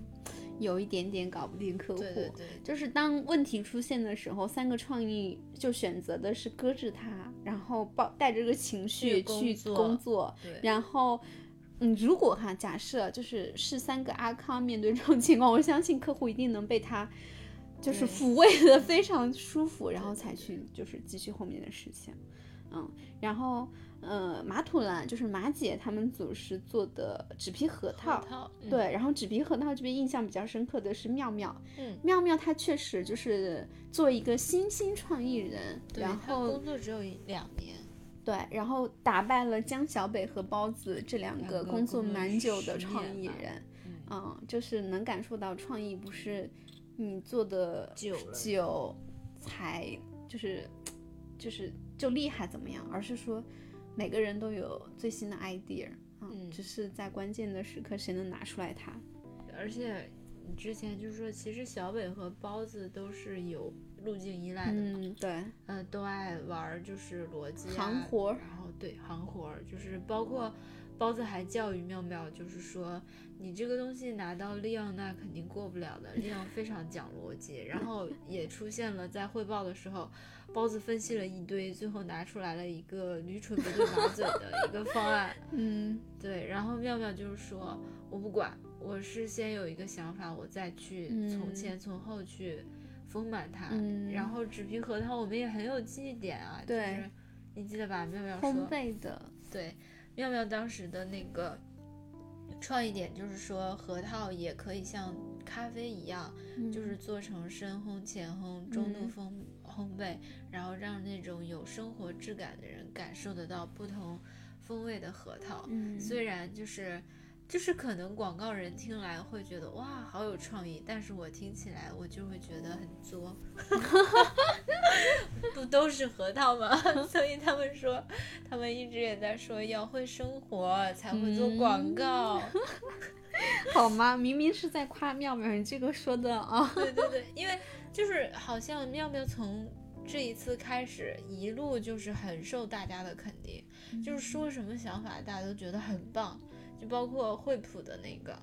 [SPEAKER 1] 有一点点搞不定客户。
[SPEAKER 2] 对对对，
[SPEAKER 1] 就是当问题出现的时候，三个创意就选择的是搁置它，然后抱带着这个情绪
[SPEAKER 2] 去
[SPEAKER 1] 去
[SPEAKER 2] 工作
[SPEAKER 1] 工作
[SPEAKER 2] 对
[SPEAKER 1] 然后。嗯，如果哈，假设就是是三个阿康面对这种情况，我相信客户一定能被他就是
[SPEAKER 2] 对
[SPEAKER 1] 抚慰的非常舒服，然后
[SPEAKER 2] 对
[SPEAKER 1] 才去就是继续后面的事情。嗯，然后呃，马土兰就是马姐他们组是做的纸皮核桃，
[SPEAKER 2] 套
[SPEAKER 1] 对，然后纸皮核桃这边印象比较深刻的是妙妙，
[SPEAKER 2] 嗯
[SPEAKER 1] 妙妙她确实就是做一个新兴创意人，
[SPEAKER 2] 对
[SPEAKER 1] 然
[SPEAKER 2] 他
[SPEAKER 1] 后
[SPEAKER 2] 工作只有一两年，
[SPEAKER 1] 对，然后打败了江小北和包子这两
[SPEAKER 2] 两
[SPEAKER 1] 个
[SPEAKER 2] 个
[SPEAKER 1] 工作
[SPEAKER 2] 工作
[SPEAKER 1] 蛮久的
[SPEAKER 2] 十
[SPEAKER 1] 创
[SPEAKER 2] 年
[SPEAKER 1] 意
[SPEAKER 2] 吧
[SPEAKER 1] 人，
[SPEAKER 2] 嗯，
[SPEAKER 1] 嗯，就是能感受到创意不是你做的
[SPEAKER 2] 久了
[SPEAKER 1] 久才就是就是就厉害怎么样，而是说每个人都有最新的 idea，嗯
[SPEAKER 2] 嗯
[SPEAKER 1] 只是在关键的时刻谁能拿出来它。
[SPEAKER 2] 而且你之前就说，其实小北和包子都是有路径依赖的嘛，
[SPEAKER 1] 嗯，对，
[SPEAKER 2] 嗯、都爱玩儿就是逻辑、啊、
[SPEAKER 1] 行活儿
[SPEAKER 2] 然后对行活儿就是包括包子还教育妙妙，就是说你这个东西拿到利昂那肯定过不了的，利昂非常讲逻辑，然后也出现了在汇报的时候，包子分析了一堆，最后拿出来了一个驴唇不对马嘴的一个方案。
[SPEAKER 1] 嗯。
[SPEAKER 2] 对，然后妙妙就是说，我不管，我是先有一个想法，我再去从
[SPEAKER 1] 嗯
[SPEAKER 2] 前从后去丰满它。
[SPEAKER 1] 嗯
[SPEAKER 2] 然后纸皮核桃我们也很有记忆点啊，
[SPEAKER 1] 对
[SPEAKER 2] 就是你记得吧？妙妙
[SPEAKER 1] 烘
[SPEAKER 2] 说，
[SPEAKER 1] 焙的，
[SPEAKER 2] 对，妙妙当时的那个创意点就是说，核桃也可以像咖啡一样，
[SPEAKER 1] 嗯
[SPEAKER 2] 就是做成深烘、浅烘、中度
[SPEAKER 1] 嗯
[SPEAKER 2] 烘烘焙，然后让那种有生活质感的人感受得到不同风味的核桃。
[SPEAKER 1] 嗯，
[SPEAKER 2] 虽然就是就是可能广告人听来会觉得哇好有创意，但是我听起来我就会觉得很作， 不都是核桃吗？ 所以他们说他们一直也在说要会生活才会做广
[SPEAKER 1] 嗯
[SPEAKER 2] 告，
[SPEAKER 1] 好吗？明明是在夸妙妙，你这个说的啊，
[SPEAKER 2] 对对对，因为就是好像妙妙从。这一次开始，一路就是很受大家的肯定，
[SPEAKER 1] 嗯
[SPEAKER 2] 就是说什么想法大家都觉得很棒，就包括惠普的那个，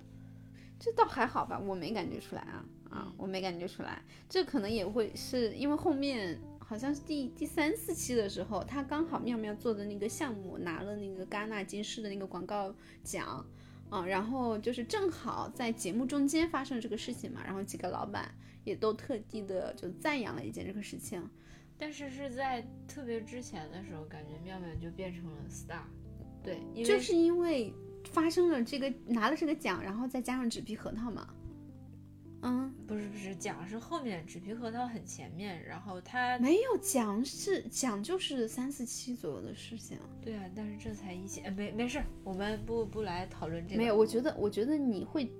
[SPEAKER 1] 这倒还好吧，我没感觉出来啊啊
[SPEAKER 2] 嗯，
[SPEAKER 1] 我没感觉出来，这可能也会是因为后面好像是第第三四期的时候，他刚好妙妙做的那个项目拿了那个戛纳金狮的那个广告奖。啊，然后就是正好在节目中间发生这个事情嘛，然后几个老板也都特地的就赞扬了一件这个事情，
[SPEAKER 2] 但是是在特别之前的时候，感觉妙妙就变成了 star，对，因为
[SPEAKER 1] 就是因为发生了这个拿了这个奖，然后再加上纸皮核桃嘛，嗯，
[SPEAKER 2] 不是不是讲是后面纸皮核桃很前面，然后他
[SPEAKER 1] 没有奖是奖就是三四期左右的事情，
[SPEAKER 2] 对啊，但是这才一起，哎没没事儿，我们不不来讨论这个，
[SPEAKER 1] 没有，我觉得我觉得你会。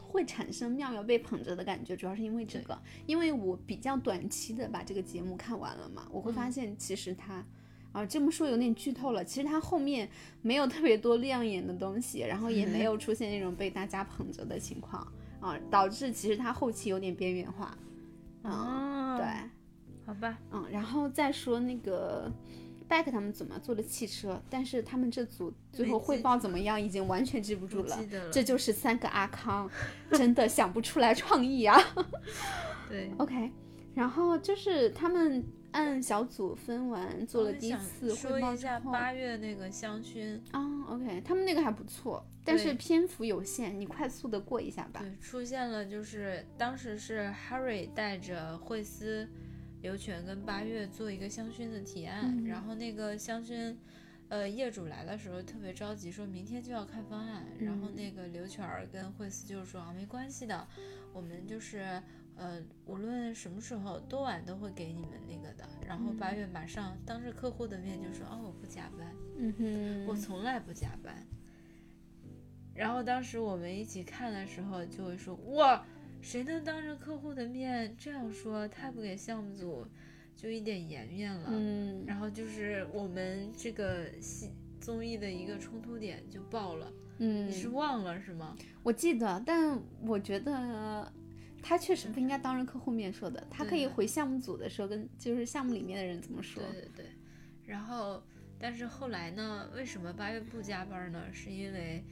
[SPEAKER 1] 会产生妙妙被捧着的感觉，主要是因为这个，因为我比较短期的把这个节目看完了嘛，我会发
[SPEAKER 2] 嗯
[SPEAKER 1] 现其实它，啊这么说有点剧透了，其实它后面没有特别多亮眼的东西，然后也没有出现那种被大家捧着的情况啊，导致其实它后期有点边缘化，啊，
[SPEAKER 2] 哦，
[SPEAKER 1] 对，，
[SPEAKER 2] 好吧，
[SPEAKER 1] 嗯，然后再说那个 Back 他们怎么做的汽车，但是他们这组最
[SPEAKER 2] 没
[SPEAKER 1] 后
[SPEAKER 2] 记
[SPEAKER 1] 汇报怎么样已经完全记不
[SPEAKER 2] 不
[SPEAKER 1] 住了
[SPEAKER 2] 记。得了，
[SPEAKER 1] 这就是三个阿康，真的想不出来创意啊。
[SPEAKER 2] 对，
[SPEAKER 1] OK，然后就是他们按小组分完做了
[SPEAKER 2] 我
[SPEAKER 1] 第一
[SPEAKER 2] 想
[SPEAKER 1] 次
[SPEAKER 2] 说
[SPEAKER 1] 汇报
[SPEAKER 2] 一
[SPEAKER 1] 之
[SPEAKER 2] 下
[SPEAKER 1] 后，
[SPEAKER 2] 八月那个香薰，
[SPEAKER 1] 啊，OK，他们那个还不错，但
[SPEAKER 2] 对
[SPEAKER 1] 是篇幅有限，你快速的过一下吧。
[SPEAKER 2] 对，出现了就是当时是 Harry 带着惠斯、刘全跟八月做一个香薰的提案，
[SPEAKER 1] 嗯
[SPEAKER 2] 然后那个香薰，呃，业主来的时候特别着急，说明天就要看方案，然后
[SPEAKER 1] 嗯
[SPEAKER 2] 那个刘全儿跟惠斯就说啊，没关系的，我们就是。呃，无论什么时候，多晚都会给你们那个的。然后八
[SPEAKER 1] 嗯
[SPEAKER 2] 月马上当着客户的面就说：“啊，我不加班。”
[SPEAKER 1] 嗯哼，
[SPEAKER 2] 我从来不加班。然后当时我们一起看的时候，就会说哇，谁能当着客户的面这样说？太不给项目组就一点颜面了。
[SPEAKER 1] 嗯，
[SPEAKER 2] 然后就是我们这个戏综艺的一个冲突点就爆了，
[SPEAKER 1] 嗯
[SPEAKER 2] 你是忘了是吗？
[SPEAKER 1] 我记得，但我觉得他确实不应该当着客户面说的，他可以
[SPEAKER 2] 对
[SPEAKER 1] 回项目组的时候跟就是项目里面的人怎么说
[SPEAKER 2] 对。对对。然后，但是后来呢？为什么八月不加班呢？是因为，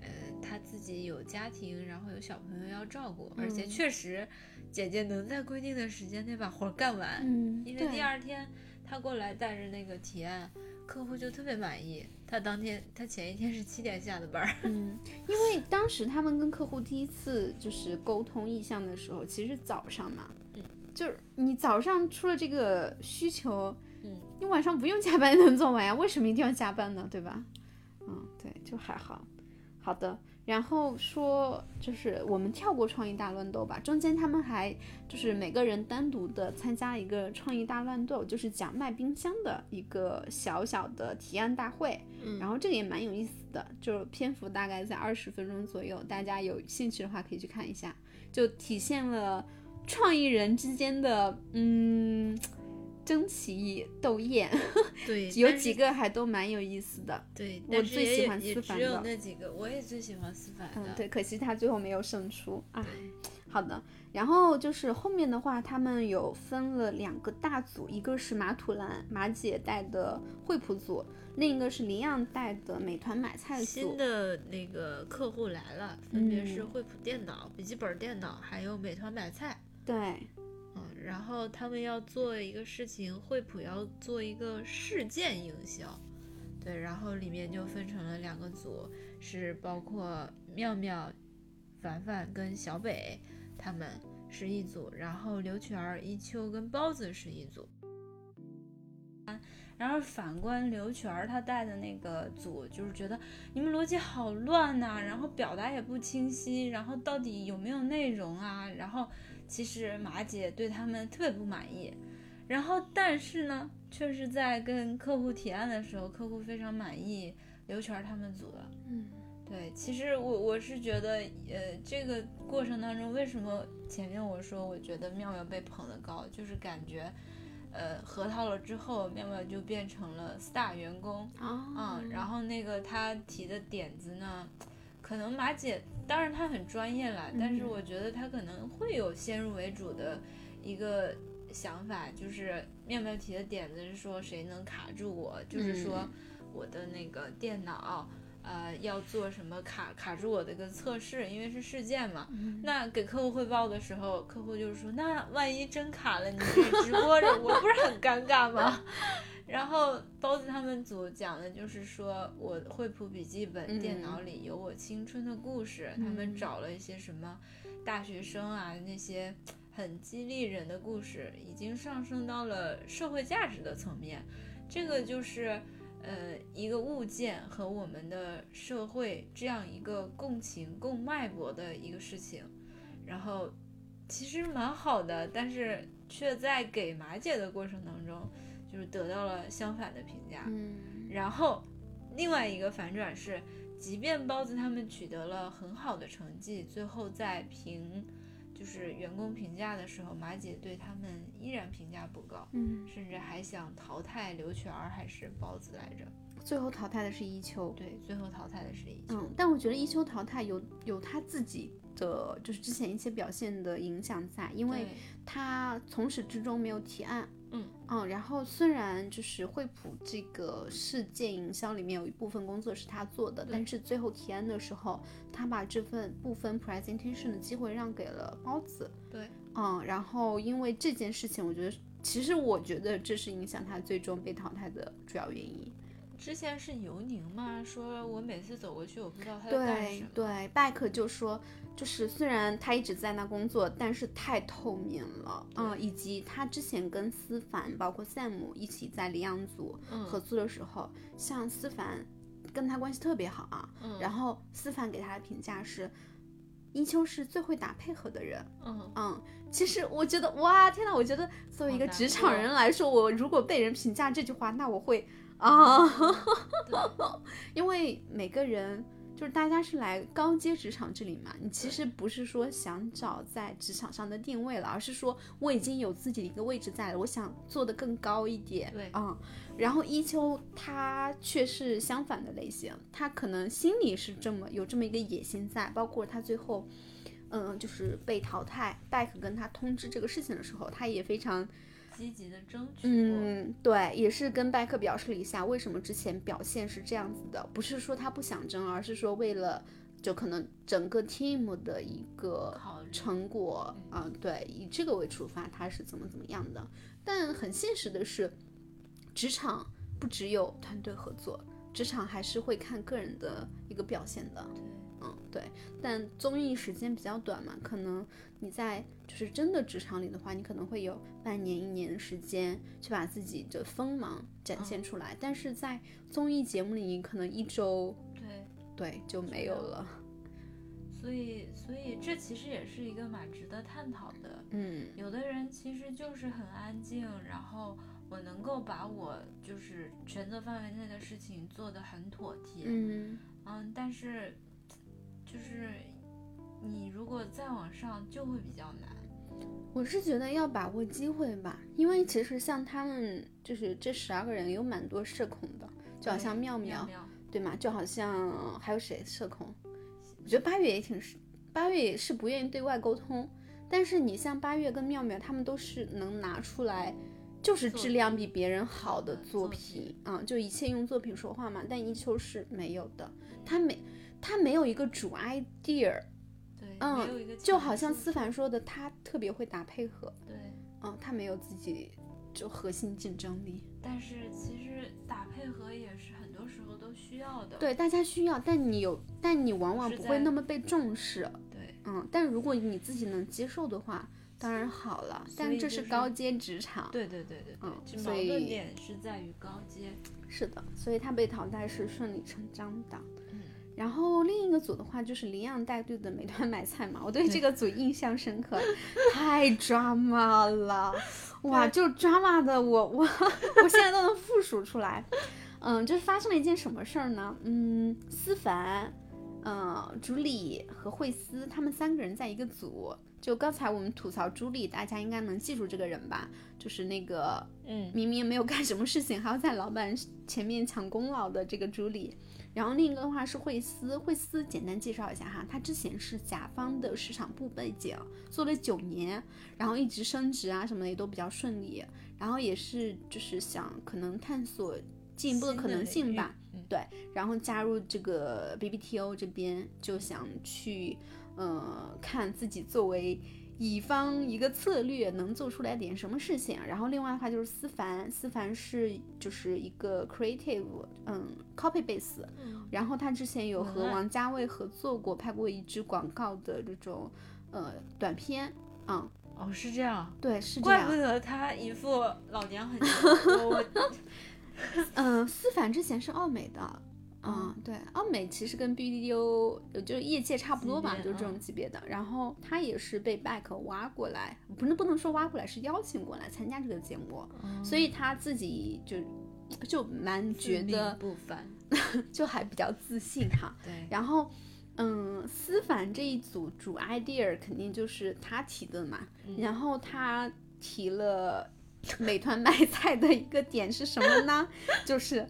[SPEAKER 2] 呃，他自己有家庭，然后有小朋友要照顾，而且
[SPEAKER 1] 嗯
[SPEAKER 2] 确实，姐姐能在规定的时间内把活儿干完。
[SPEAKER 1] 嗯，
[SPEAKER 2] 因为
[SPEAKER 1] 对
[SPEAKER 2] 第二天他过来带着那个提案，客户就特别满意。他当天，他前一天是七点下的班儿。
[SPEAKER 1] 嗯，因为当时他们跟客户第一次就是沟通意向的时候，其实早上嘛，
[SPEAKER 2] 嗯，
[SPEAKER 1] 就是你早上出了这个需求，
[SPEAKER 2] 嗯，
[SPEAKER 1] 你晚上不用加班也能做完呀，为什么一定要加班呢？对吧？嗯，对，就还好。好的，然后说就是我们跳过创意大乱斗吧，中间他们还就是每个人单独的参加一个创意大乱斗，就是讲卖冰箱的一个小小的提案大会。然后这个也蛮有意思的，就是篇幅大概在二十分钟左右，大家有兴趣的话可以去看一下，就体现了创意人之间的嗯争奇斗艳，
[SPEAKER 2] 对，
[SPEAKER 1] 有
[SPEAKER 2] 但
[SPEAKER 1] 几
[SPEAKER 2] 是
[SPEAKER 1] 个还都蛮有意思的。
[SPEAKER 2] 对，
[SPEAKER 1] 我
[SPEAKER 2] 但是
[SPEAKER 1] 最
[SPEAKER 2] 也
[SPEAKER 1] 喜
[SPEAKER 2] 有
[SPEAKER 1] 欢
[SPEAKER 2] 也
[SPEAKER 1] 思
[SPEAKER 2] 只
[SPEAKER 1] 凡
[SPEAKER 2] 有
[SPEAKER 1] 的
[SPEAKER 2] 那几个，我也最喜欢思凡
[SPEAKER 1] 嗯
[SPEAKER 2] 的。，
[SPEAKER 1] 对，可惜他最后没有胜出啊。
[SPEAKER 2] 对
[SPEAKER 1] 好的，然后就是后面的话，他们有分了两个大组，一个是马土兰马姐带的惠普组，另一个是林漾带的美团买菜组
[SPEAKER 2] 新。的那个客户来了，分别是
[SPEAKER 1] 嗯
[SPEAKER 2] 惠普电脑、笔记本电脑，还有美团买菜。
[SPEAKER 1] 对，
[SPEAKER 2] 嗯，然后他们要做一个事情，惠普要做一个事件营销，对，然后里面就分成了两个组，是包括妙妙、凡凡跟小北他们，是一组，然后刘曲儿、一秋跟包子是一组。然后反观刘全儿他带的那个组，就是觉得你们逻辑好乱呐、然后表达也不清晰，然后到底有没有内容啊？然后其实马姐对他们特别不满意，然后但是呢，却是在跟客户提案的时候，客户非常满意刘全儿他们组的。
[SPEAKER 1] 嗯，
[SPEAKER 2] 对，其实我我是觉得，呃，这个过程当中，为什么前面我说我觉得妙妙被捧得高，就是感觉，呃，核桃了之后，妙妙就变成了 star 员工，
[SPEAKER 1] 哦
[SPEAKER 2] 嗯，，然后那个他提的点子呢，可能马姐当然她很专业啦，但是
[SPEAKER 1] 嗯
[SPEAKER 2] 我觉得她可能会有先入为主的一个想法，就是妙妙提的点子是说谁能卡住我，就是说
[SPEAKER 1] 嗯
[SPEAKER 2] 我的那个电脑。呃，要做什么卡卡住我的一个测试，因为是事件嘛。
[SPEAKER 1] 嗯
[SPEAKER 2] 那给客户汇报的时候，客户就是说，那万一真卡了，你这直播着，我不是很尴尬吗？ 然后包子他们组讲的就是说，我惠普笔记本、
[SPEAKER 1] 嗯
[SPEAKER 2] 电脑里有我青春的故事，他们
[SPEAKER 1] 嗯
[SPEAKER 2] 找了一些什么大学生啊那些。很激励人的故事，已经上升到了社会价值的层面。这个就是，呃，一个物件和我们的社会这样一个共情、共脉搏的一个事情。然后其实蛮好的，但是却在给马姐的过程当中，就是得到了相反的评价。
[SPEAKER 1] 嗯
[SPEAKER 2] 然后另外一个反转是，即便包子他们取得了很好的成绩，最后在评就是员工评价的时候，马姐对他们依然评价不高，
[SPEAKER 1] 嗯，
[SPEAKER 2] 甚至还想淘汰刘全儿还是包子来着。
[SPEAKER 1] 最后淘汰的是一秋。
[SPEAKER 2] 对，最后淘汰的是一
[SPEAKER 1] 嗯，但我觉得一秋淘汰有有他自己的，就是之前一些表现的影响在，因为他从始至终没有提案。
[SPEAKER 2] 嗯
[SPEAKER 1] 然后虽然就是惠普这个事件营销里面有一部分工作是他做的，
[SPEAKER 2] 对
[SPEAKER 1] 但是最后提案的时候，他把这份部分 presentation 的机会让给了包子。
[SPEAKER 2] 对，
[SPEAKER 1] 嗯，然后因为这件事情，我觉得其实我觉得这是影响他最终被淘汰的主要原因。
[SPEAKER 2] 之前是尤宁嘛，说我每次走过去，我不知道他在干什
[SPEAKER 1] 对
[SPEAKER 2] 么。
[SPEAKER 1] 对拜克就说，就是虽然他一直在那工作，但是太透明了，嗯，以及他之前跟思凡包括 Sam 一起在羚羊组
[SPEAKER 2] 嗯
[SPEAKER 1] 合作的时候，像思凡跟他关系特别好啊，
[SPEAKER 2] 嗯
[SPEAKER 1] 然后思凡给他的评价是。一秋是最会打配合的人，
[SPEAKER 2] 嗯，
[SPEAKER 1] 嗯，其实我觉得，哇，天呐，我觉得作为一
[SPEAKER 2] 好
[SPEAKER 1] 个
[SPEAKER 2] 难
[SPEAKER 1] 职场
[SPEAKER 2] 过
[SPEAKER 1] 人来说，我如果被人评价这句话，那我会 啊，
[SPEAKER 2] 对
[SPEAKER 1] 因为每个人就是大家是来高阶职场这里嘛，你其实不是说想找在职场上的定位了，而是说我已经有自己的一个位置在了，我想做的更高一点。
[SPEAKER 2] 对
[SPEAKER 1] 嗯，然后一秋他却是相反的类型，他可能心里是这么有这么一个野心在，包括他最后。嗯，就是被淘汰。拜克跟他通知这个事情的时候，他也非常
[SPEAKER 2] 积极的争取过。
[SPEAKER 1] 嗯，对，也是跟拜克表示了一下为什么之前表现是这样子的，不是说他不想争，而是说为了就可能整个 team 的一个
[SPEAKER 2] 考虑
[SPEAKER 1] 成果啊、对，以这个为出发，他是怎么怎么样的。但很现实的是，职场不只有团队合作，职场还是会看个人的一个表现的。
[SPEAKER 2] 对
[SPEAKER 1] 嗯，对，但综艺时间比较短嘛，可能你在就是真的职场里的话，你可能会有半年、一年的时间去把自己的锋芒展现出来，但是在综艺节目里，你可能一周
[SPEAKER 2] 对，
[SPEAKER 1] 对就没有了。
[SPEAKER 2] 所以所以这其实也是一个蛮值得探讨的。
[SPEAKER 1] 嗯
[SPEAKER 2] 有的人其实就是很安静，然后我能够把我就是权责范围内的事情做得很妥帖，
[SPEAKER 1] 嗯
[SPEAKER 2] 嗯，但是就是你如果再往上就会比较难。
[SPEAKER 1] 我是觉得要把握机会吧，因为其实像他们就是这十二个人有蛮多社恐的，就好像
[SPEAKER 2] 对
[SPEAKER 1] 妙
[SPEAKER 2] 妙
[SPEAKER 1] 妙对吗？就好像还有谁社恐？我觉得八月也挺是，八月也是不愿意对外沟通。但是你像八月跟妙妙，他们都是能拿出来，就是
[SPEAKER 2] 作
[SPEAKER 1] 质量比别人好的
[SPEAKER 2] 好的
[SPEAKER 1] 作
[SPEAKER 2] 作
[SPEAKER 1] 品
[SPEAKER 2] 品，
[SPEAKER 1] 嗯，就一切用作品说话嘛。但一秋是没有的，他没他没有一个主 idea，
[SPEAKER 2] 对，
[SPEAKER 1] 嗯
[SPEAKER 2] 没有一个
[SPEAKER 1] 就
[SPEAKER 2] 强
[SPEAKER 1] 好像
[SPEAKER 2] 制
[SPEAKER 1] 思凡说的，他特别会打配合，
[SPEAKER 2] 对。
[SPEAKER 1] 嗯，他没有自己就核心竞争力。
[SPEAKER 2] 但是其实打配合也是很多时候都需要的。
[SPEAKER 1] 对，大家需要，但你有，但你往往
[SPEAKER 2] 是
[SPEAKER 1] 不
[SPEAKER 2] 在
[SPEAKER 1] 会那么被重视。
[SPEAKER 2] 对
[SPEAKER 1] 嗯，但如果你自己能接受的话，当然好了，
[SPEAKER 2] 所
[SPEAKER 1] 但
[SPEAKER 2] 以
[SPEAKER 1] 这
[SPEAKER 2] 就是
[SPEAKER 1] 高阶职场，
[SPEAKER 2] 对对对对对，
[SPEAKER 1] 嗯
[SPEAKER 2] 这
[SPEAKER 1] 所
[SPEAKER 2] 矛盾
[SPEAKER 1] 以
[SPEAKER 2] 点是在于高阶，
[SPEAKER 1] 是的，所以他被淘汰是顺理成章的。
[SPEAKER 2] 嗯
[SPEAKER 1] 然后另一个组的话就是领养带队的美团 买菜嘛，我对这个组印象深刻，太抓马了，哇，就抓马的我我我现在都能复述出来。嗯，就是发生了一件什么事儿呢？嗯，思凡、嗯，朱莉和惠思他们三个人在一个组。就刚才我们吐槽朱莉，大家应该能记住这个人吧？就是那个
[SPEAKER 2] 嗯
[SPEAKER 1] 明明没有干什么事情，还要在老板前面抢功劳的这个朱莉。然后另一个的话是惠思，惠思简单介绍一下哈，她之前是甲方的市场部背景，做了九年，然后一直升职啊什么的也都比较顺利，然后也是就是想可能探索进一步的可能性吧，
[SPEAKER 2] 新的领域，嗯
[SPEAKER 1] 对，然后加入这个 BBTO 这边，就想去呃看自己作为乙方一个策略能做出来点什么事情。啊然后另外的话就是思凡，思凡是就是一个 creative，嗯，copy base，
[SPEAKER 2] 嗯
[SPEAKER 1] 然后他之前有和
[SPEAKER 2] 文案
[SPEAKER 1] 王家卫合作过，拍过一支广告的这种呃短片，嗯，
[SPEAKER 2] 哦是这样，
[SPEAKER 1] 对，是这
[SPEAKER 2] 怪不
[SPEAKER 1] 样。
[SPEAKER 2] 得他一副老娘很 娘我我
[SPEAKER 1] 嗯，思凡之前是奥美的，嗯
[SPEAKER 2] 嗯，
[SPEAKER 1] 对，奥美其实跟 BDO 呃就是业界差不多吧，
[SPEAKER 2] 级
[SPEAKER 1] 就
[SPEAKER 2] 别嗯
[SPEAKER 1] 这种级别的。然后他也是被 Back 挖过来，不是不能说挖过来，是邀请过来参加这个节目，
[SPEAKER 2] 嗯
[SPEAKER 1] 所以他自己就就蛮觉得
[SPEAKER 2] 不凡，
[SPEAKER 1] 就还比较自信哈。
[SPEAKER 2] 对，
[SPEAKER 1] 然后，嗯，思凡这一组主 idea 肯定就是他提的嘛，
[SPEAKER 2] 嗯
[SPEAKER 1] 然后他提了美团买菜的一个点是什么呢？ 就是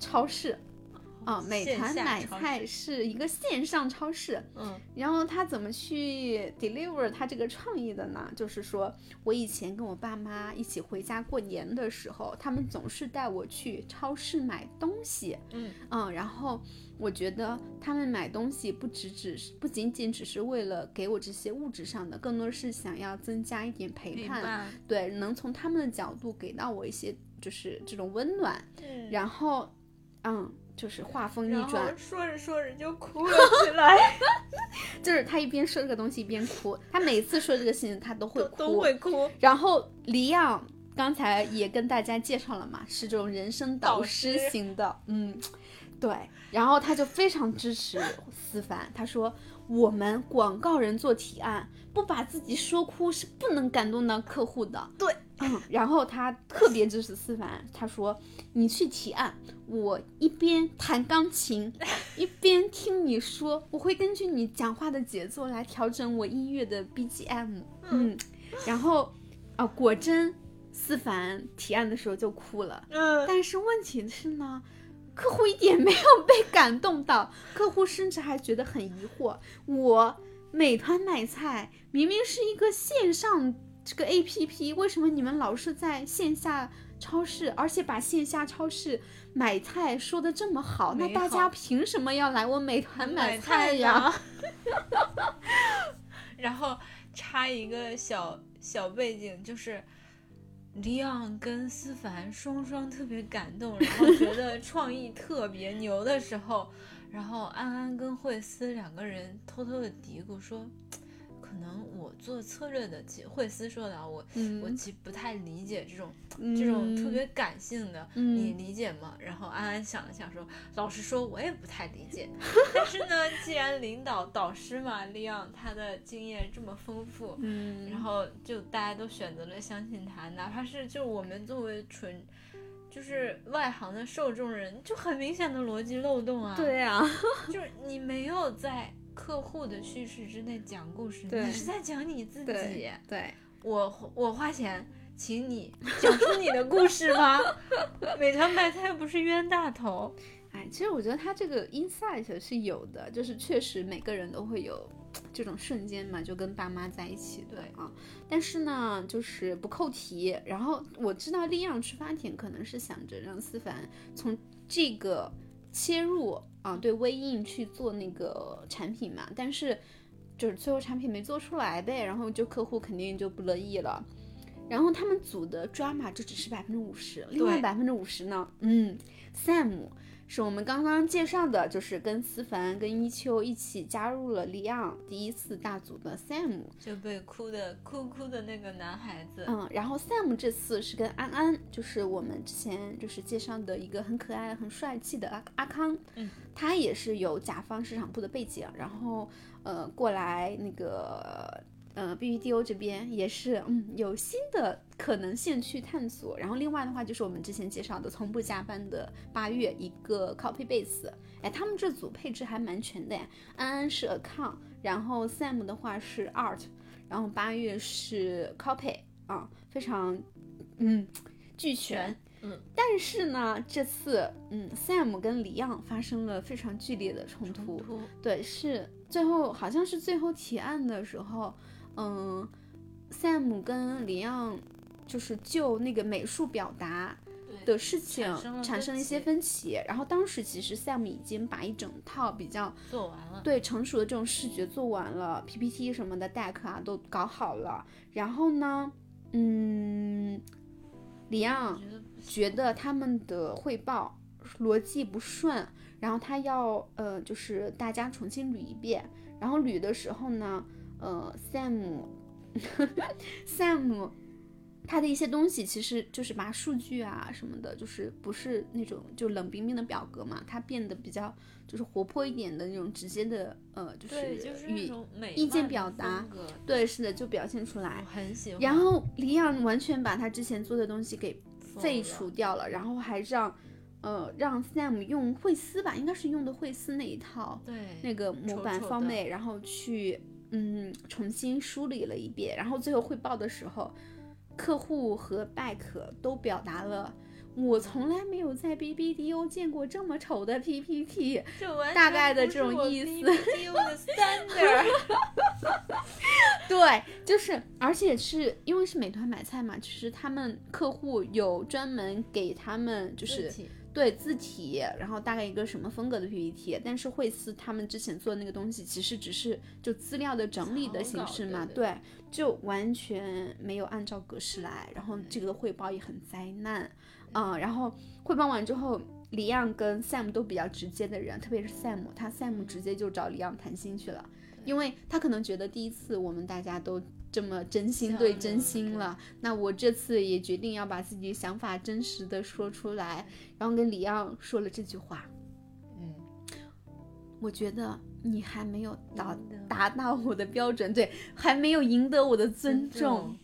[SPEAKER 1] 超市。啊、美
[SPEAKER 2] 哦线
[SPEAKER 1] 团
[SPEAKER 2] 下
[SPEAKER 1] 买
[SPEAKER 2] 超
[SPEAKER 1] 菜是一个线上超市，
[SPEAKER 2] 嗯
[SPEAKER 1] 然后他怎么去 deliver 他这个创意的呢？就是说我以前跟我爸妈一起回家过年的时候，他们总是带我去超市买东西，
[SPEAKER 2] 嗯
[SPEAKER 1] 嗯，然后我觉得他们买东西不只只是不仅仅只是为了给我这些物质上的，更多是想要增加一点陪
[SPEAKER 2] 陪
[SPEAKER 1] 伴，
[SPEAKER 2] 伴，
[SPEAKER 1] 对，能从他们的角度给到我一些就是这种温暖。
[SPEAKER 2] 嗯
[SPEAKER 1] 然后，嗯，就是话锋一
[SPEAKER 2] 然后
[SPEAKER 1] 转，
[SPEAKER 2] 说着说着就哭了起来，
[SPEAKER 1] 就是他一边说这个东西一边哭，他每次说这个事情他都会
[SPEAKER 2] 都
[SPEAKER 1] 哭，
[SPEAKER 2] 都会哭。
[SPEAKER 1] 然后李昂刚才也跟大家介绍了嘛，是这种人生导师
[SPEAKER 2] 导师
[SPEAKER 1] 型的，嗯，对。然后他就非常支持思凡，他说我们广告人做提案，不把自己说哭是不能感动到客户的。
[SPEAKER 2] 对，
[SPEAKER 1] 嗯。然后他特别支持思凡，他说你去提案，我一边弹钢琴，一边听你说，我会根据你讲话的节奏来调整我音乐的 BGM。嗯，然后啊、果真思凡提案的时候就哭了。
[SPEAKER 2] 嗯，
[SPEAKER 1] 但是问题是呢，客户一点没有被感动到，客户甚至还觉得很疑惑：我美团买菜明明是一个线上这个 APP，为什么你们老是在线下超市，而且把线下超市买菜说的这么好？那
[SPEAKER 2] 美
[SPEAKER 1] 大家
[SPEAKER 2] 好
[SPEAKER 1] 凭什么要来我 美团买
[SPEAKER 2] 菜
[SPEAKER 1] 呀？。
[SPEAKER 2] 然后插一个小小背景，就是李昂跟思凡双双特别感动，然后觉得创意特别牛的时候，然后安安跟惠思两个人偷偷的嘀咕说。可能我做策略的，其惠思说的啊，我、我
[SPEAKER 1] 嗯
[SPEAKER 2] 其实不太理解这种
[SPEAKER 1] 嗯
[SPEAKER 2] 这种特别感性的，
[SPEAKER 1] 嗯
[SPEAKER 2] 你理解吗？然后安安想了想说，老实说，我也不太理解。 但是呢，既然领导导师嘛，利昂他的经验这么丰富，
[SPEAKER 1] 嗯，
[SPEAKER 2] 然后就大家都选择了相信他，哪怕是就我们作为纯就是外行的受众人，就很明显的逻辑漏洞啊。，
[SPEAKER 1] 对啊，
[SPEAKER 2] 就是你没有在客户的叙事之内讲故事，
[SPEAKER 1] 对
[SPEAKER 2] 你是在讲你自己
[SPEAKER 1] 对。对，
[SPEAKER 2] 我我花钱请你讲出你的故事吗？ 美团买菜不是冤大头，
[SPEAKER 1] 哎，其实我觉得他这个 insight 是有的，就是确实每个人都会有这种瞬间嘛，就跟爸妈在一起的
[SPEAKER 2] 对
[SPEAKER 1] 啊。但是呢，就是不扣题。然后我知道利昂出发点可能是想着让思凡从这个切入啊，对微印去做那个产品嘛，但是就是最后产品没做出来呗，然后就客户肯定就不乐意了。然后他们组的 drama 就只是百分之五十，另外
[SPEAKER 2] 对
[SPEAKER 1] 百分之五十呢，嗯，Sam 是我们刚刚介绍的，就是跟思凡、跟一秋一起加入了里昂第一次大组的 Sam。
[SPEAKER 2] 就被哭的哭哭的那个男孩子，
[SPEAKER 1] 嗯，然后 Sam 这次是跟安安，就是我们之前就是介绍的一个很可爱、很帅气的阿阿康，
[SPEAKER 2] 嗯，
[SPEAKER 1] 他也是有甲方市场部的背景，然后呃过来那个呃 BBDO 这边也是嗯有新的可能性去探索，然后另外的话就是我们之前介绍的从不加班的八月一个 copy base，哎，他们这组配置还蛮全的哎，安安是 account，然后 Sam 的话是 art。然后八月是 copy 啊，非常嗯俱全。
[SPEAKER 2] 嗯，
[SPEAKER 1] 但是呢，这次嗯，Sam 跟李漾发生了非常剧烈的冲突。
[SPEAKER 2] 冲突
[SPEAKER 1] 对，是最后好像是最后提案的时候，嗯，Sam 跟李漾就是就那个美术表达的事情
[SPEAKER 2] 产生了
[SPEAKER 1] 产
[SPEAKER 2] 分
[SPEAKER 1] 生了一些
[SPEAKER 2] 歧
[SPEAKER 1] 分歧。然后当时其实 Sam 已经把一整套比较
[SPEAKER 2] 做完了，
[SPEAKER 1] 对成熟的这种视觉做完了，PPT 什么的 deck 啊都搞好了。然后呢，嗯，李
[SPEAKER 2] 我
[SPEAKER 1] 昂
[SPEAKER 2] 觉得
[SPEAKER 1] 觉得他们的汇报逻辑不顺，然后他要呃就是大家重新捋一遍。然后捋的时候呢，呃，Sam Sam 他的一些东西其实就是把数据啊什么的，就是不是那种就冷冰冰的表格嘛，它变得比较就是活泼一点的那种直接的呃，就
[SPEAKER 2] 对，就
[SPEAKER 1] 是
[SPEAKER 2] 是那
[SPEAKER 1] 语
[SPEAKER 2] 种美
[SPEAKER 1] 意见
[SPEAKER 2] 漫的
[SPEAKER 1] 表达
[SPEAKER 2] 风格，
[SPEAKER 1] 对是的就表现出
[SPEAKER 2] 我
[SPEAKER 1] 来。
[SPEAKER 2] 很喜欢。
[SPEAKER 1] 然后李阳完全把他之前做的东西给
[SPEAKER 2] 疯
[SPEAKER 1] 废
[SPEAKER 2] 嗯了
[SPEAKER 1] 除掉了，然后还让呃让 Sam 用惠思吧，应该是用的惠思那一套
[SPEAKER 2] 对
[SPEAKER 1] 那个模
[SPEAKER 2] 丑
[SPEAKER 1] 板
[SPEAKER 2] 丑
[SPEAKER 1] format，然后去嗯重新梳理了一遍，然后最后汇报的时候，客户和 back 都表达了。我从来没有在 BBDO 见过这么丑的 PPT，
[SPEAKER 2] 这完
[SPEAKER 1] 大
[SPEAKER 2] 全
[SPEAKER 1] 概的
[SPEAKER 2] 不
[SPEAKER 1] 这
[SPEAKER 2] 是
[SPEAKER 1] 种
[SPEAKER 2] 我
[SPEAKER 1] 意思
[SPEAKER 2] BBDO 的 standard
[SPEAKER 1] 对，就是，而且是因为是美团买菜嘛，其实他们客户有专门给他们就
[SPEAKER 2] 字
[SPEAKER 1] 是
[SPEAKER 2] 体
[SPEAKER 1] 对字体，然后大概一个什么风格的 PPT，但是惠思他们之前做的那个东西，其实只是就资料的整理的
[SPEAKER 2] 草
[SPEAKER 1] 形
[SPEAKER 2] 稿
[SPEAKER 1] 式
[SPEAKER 2] 对
[SPEAKER 1] 嘛，
[SPEAKER 2] 对
[SPEAKER 1] 就完全没有按照格式来，然后这
[SPEAKER 2] 嗯
[SPEAKER 1] 个汇报也很灾难，嗯，然后汇报完之后，李漾跟 Sam 都比较直接的人，特别是 Sam，他 Sam 直接就找李漾谈心去了，因为他可能觉得第一次我们大家都。这么真心
[SPEAKER 2] 交
[SPEAKER 1] 对
[SPEAKER 2] 流
[SPEAKER 1] 真心
[SPEAKER 2] 对
[SPEAKER 1] 了，那我这次也决定要把自己想法真实的说出来，然后跟李漾说了这句话，
[SPEAKER 2] 嗯，
[SPEAKER 1] 我觉得你还没有达
[SPEAKER 2] 赢得
[SPEAKER 1] 达到我的标准，对，还没有赢得我的尊重。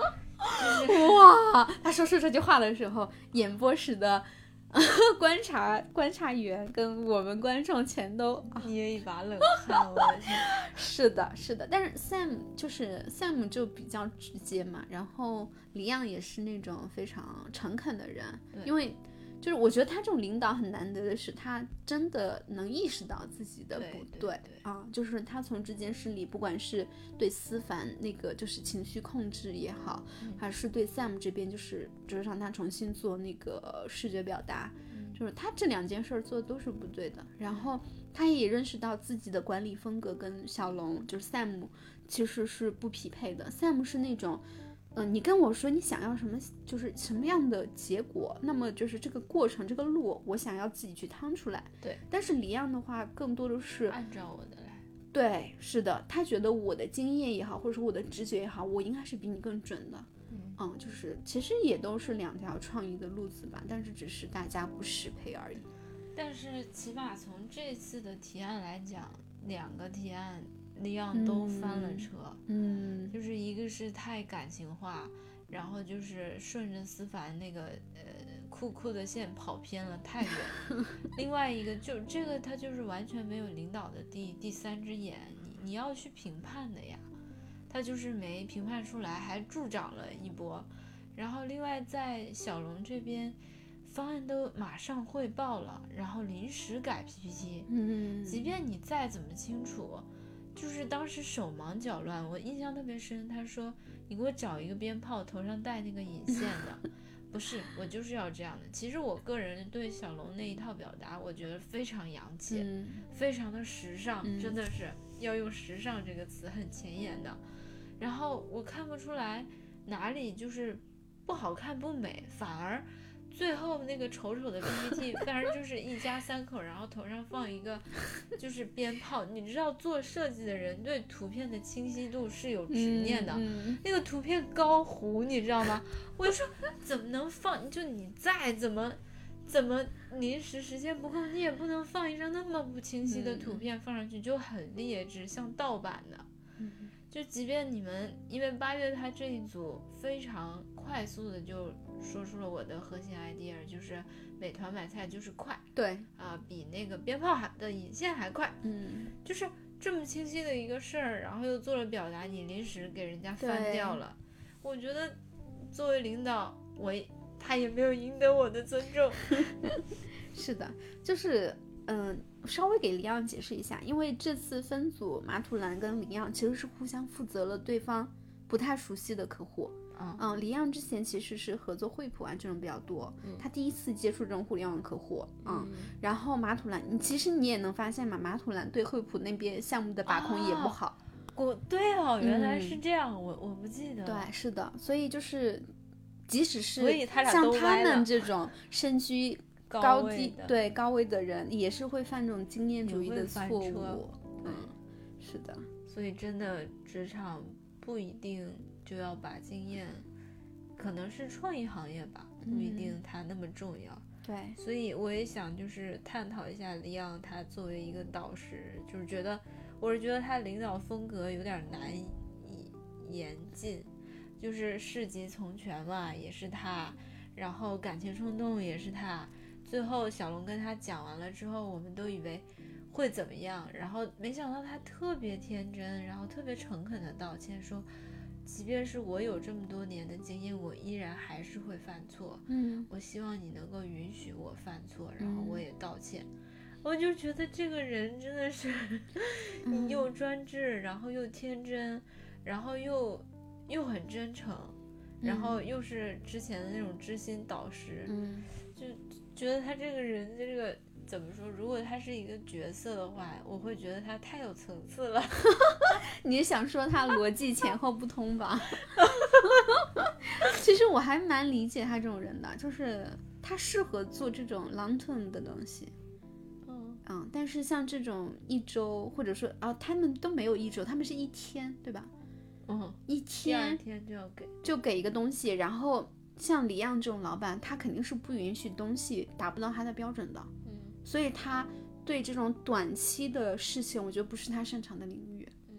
[SPEAKER 1] 哇！他说出这句话的时候，演播室的 观察观察员跟我们观众全都
[SPEAKER 2] 捏一把冷 汗，我的天，
[SPEAKER 1] 是的，是的。但是 Sam 就是 Sam 就比较直接嘛，然后李漾也是那种非常诚恳的人，
[SPEAKER 2] 对
[SPEAKER 1] 因为就是我觉得他这种领导很难得的是，他真的能意识到自己的
[SPEAKER 2] 对
[SPEAKER 1] 不
[SPEAKER 2] 对对
[SPEAKER 1] 啊，就是他从这件事里，不管是对思凡那个就是情绪控制也好，
[SPEAKER 2] 嗯
[SPEAKER 1] 还是对 Sam 这边就是就是让他重新做那个视觉表达，
[SPEAKER 2] 嗯
[SPEAKER 1] 就是他这两件事儿做的都是不对的。然后他也认识到自己的管理风格跟小龙就是 Sam 其实是不匹配的。Sam 是那种，嗯、你跟我说你想要什么，就是什么样的结果，那么就是这个过程这个路，我想要自己去趟出来。
[SPEAKER 2] 对，
[SPEAKER 1] 但是李漾的话更多的是
[SPEAKER 2] 按照我的来，
[SPEAKER 1] 对，是的，他觉得我的经验也好，或者说我的直觉也好，我应该是比你更准的。
[SPEAKER 2] 嗯
[SPEAKER 1] 嗯，就是其实也都是两条创意的路子吧，但是只是大家不适配而已。
[SPEAKER 2] 但是起码从这次的提案来讲，两个提案李昂都翻了
[SPEAKER 1] 嗯
[SPEAKER 2] 车，
[SPEAKER 1] 嗯，
[SPEAKER 2] 就是一个是太感情化，然后就是顺着思凡那个呃酷酷的线跑偏了太远，另外一个就这个他就是完全没有领导的第第三只眼，你你要去评判的呀，他就是没评判出来，还助长了一波，然后另外在小龙这边，方案都马上汇报了，然后临时改 PPT，
[SPEAKER 1] 嗯，
[SPEAKER 2] 即便你再怎么清楚，就是当时手忙脚乱，我印象特别深。他说：“你给我找一个鞭炮，头上带那个引线的。” 不是，我就是要这样的。其实我个人对小龙那一套表达，我觉得非常洋气，
[SPEAKER 1] 嗯
[SPEAKER 2] 非常的时尚，
[SPEAKER 1] 嗯
[SPEAKER 2] 真的是要用“时尚”这个词，很前沿的。然后我看不出来哪里就是不好看不美，反而最后那个丑 丑的 PPT，当然就是一家三口，然后头上放一个就是鞭炮。你知道做设计的人对图片的清晰度是有执念的，
[SPEAKER 1] 嗯
[SPEAKER 2] 那个图片高糊，你知道吗？我就说怎么能放？就你再怎么怎么临时时间不够，你也不能放一张那么不清晰的图片放上去，就很劣质，像盗版的。
[SPEAKER 1] 嗯
[SPEAKER 2] 就即便你们，因为八月他这一组非常快速的就说出了我的核心 idea，就是美团买菜就是快
[SPEAKER 1] 对，
[SPEAKER 2] 啊、比那个鞭炮还的引线还快，
[SPEAKER 1] 嗯，
[SPEAKER 2] 就是这么清晰的一个事儿，然后又做了表达，你临时给人家翻
[SPEAKER 1] 对
[SPEAKER 2] 掉了，我觉得作为领导，我也他也没有赢得我的尊重。
[SPEAKER 1] 是的，就是嗯、稍微给李昂解释一下，因为这次分组，马土兰跟李昂其实是互相负责了对方不太熟悉的客户。
[SPEAKER 2] 啊
[SPEAKER 1] 嗯，李漾之前其实是合作惠普啊这种比较多，
[SPEAKER 2] 嗯
[SPEAKER 1] 他第一次接触这种互联网客户，嗯，然后马土兰，你其实你也能发现嘛，马土兰对惠普那边项目的把控也不
[SPEAKER 2] 哦
[SPEAKER 1] 好，
[SPEAKER 2] 我对哦，原来
[SPEAKER 1] 嗯
[SPEAKER 2] 是这样，我我不记得。
[SPEAKER 1] 对，是的，所以就是，即使是
[SPEAKER 2] 嗯所以他俩
[SPEAKER 1] 像
[SPEAKER 2] 都
[SPEAKER 1] 他
[SPEAKER 2] 歪
[SPEAKER 1] 们
[SPEAKER 2] 了
[SPEAKER 1] 这种身居
[SPEAKER 2] 高位
[SPEAKER 1] 低
[SPEAKER 2] 的
[SPEAKER 1] 对高位的人，也是会犯这种经验
[SPEAKER 2] 也
[SPEAKER 1] 主义
[SPEAKER 2] 会
[SPEAKER 1] 的
[SPEAKER 2] 翻
[SPEAKER 1] 错
[SPEAKER 2] 车
[SPEAKER 1] 误，
[SPEAKER 2] 对
[SPEAKER 1] 嗯，是的，
[SPEAKER 2] 所以真的职场不一定就要把经验，可能是创意行业吧，不
[SPEAKER 1] 嗯
[SPEAKER 2] 一定它那么重要。
[SPEAKER 1] 对，
[SPEAKER 2] 所以我也想就是探讨一下李昂，他作为一个导师，就是觉得我是觉得他领导风格有点难以严进，就是事急从权嘛，也是他，然后感情冲动也是他。最后小龙跟他讲完了之后，我们都以为会怎么样，然后没想到他特别天真，然后特别诚恳的道歉说，即便是我有这么多年的经验，我依然还是会犯错。
[SPEAKER 1] 嗯，
[SPEAKER 2] 我希望你能够允许我犯错，然后
[SPEAKER 1] 嗯
[SPEAKER 2] 我也道歉。我就觉得这个人真的是
[SPEAKER 1] 嗯
[SPEAKER 2] 又专制，然后又天真，然后又又很真诚，然后又是之前的那种知心导师，
[SPEAKER 1] 嗯
[SPEAKER 2] 觉得他这个人这个怎么说？如果他是一个角色的话，我会觉得他太有层次了。
[SPEAKER 1] 你是想说他逻辑前后不通吧？ 其实我还蛮理解他这种人的，就是他适合做这种 long term 的东西，
[SPEAKER 2] 嗯，
[SPEAKER 1] 嗯，但是像这种一周或者说啊，他们都没有一周，他们是一天，对吧？
[SPEAKER 2] 嗯，
[SPEAKER 1] 一
[SPEAKER 2] 第二
[SPEAKER 1] 天
[SPEAKER 2] 天就要给。
[SPEAKER 1] 就给一个东西，然后像李漾这种老板，他肯定是不允许东西达不到他的标准的，
[SPEAKER 2] 嗯
[SPEAKER 1] 所以他对这种短期的事情，我觉得不是他擅长的领域。
[SPEAKER 2] 嗯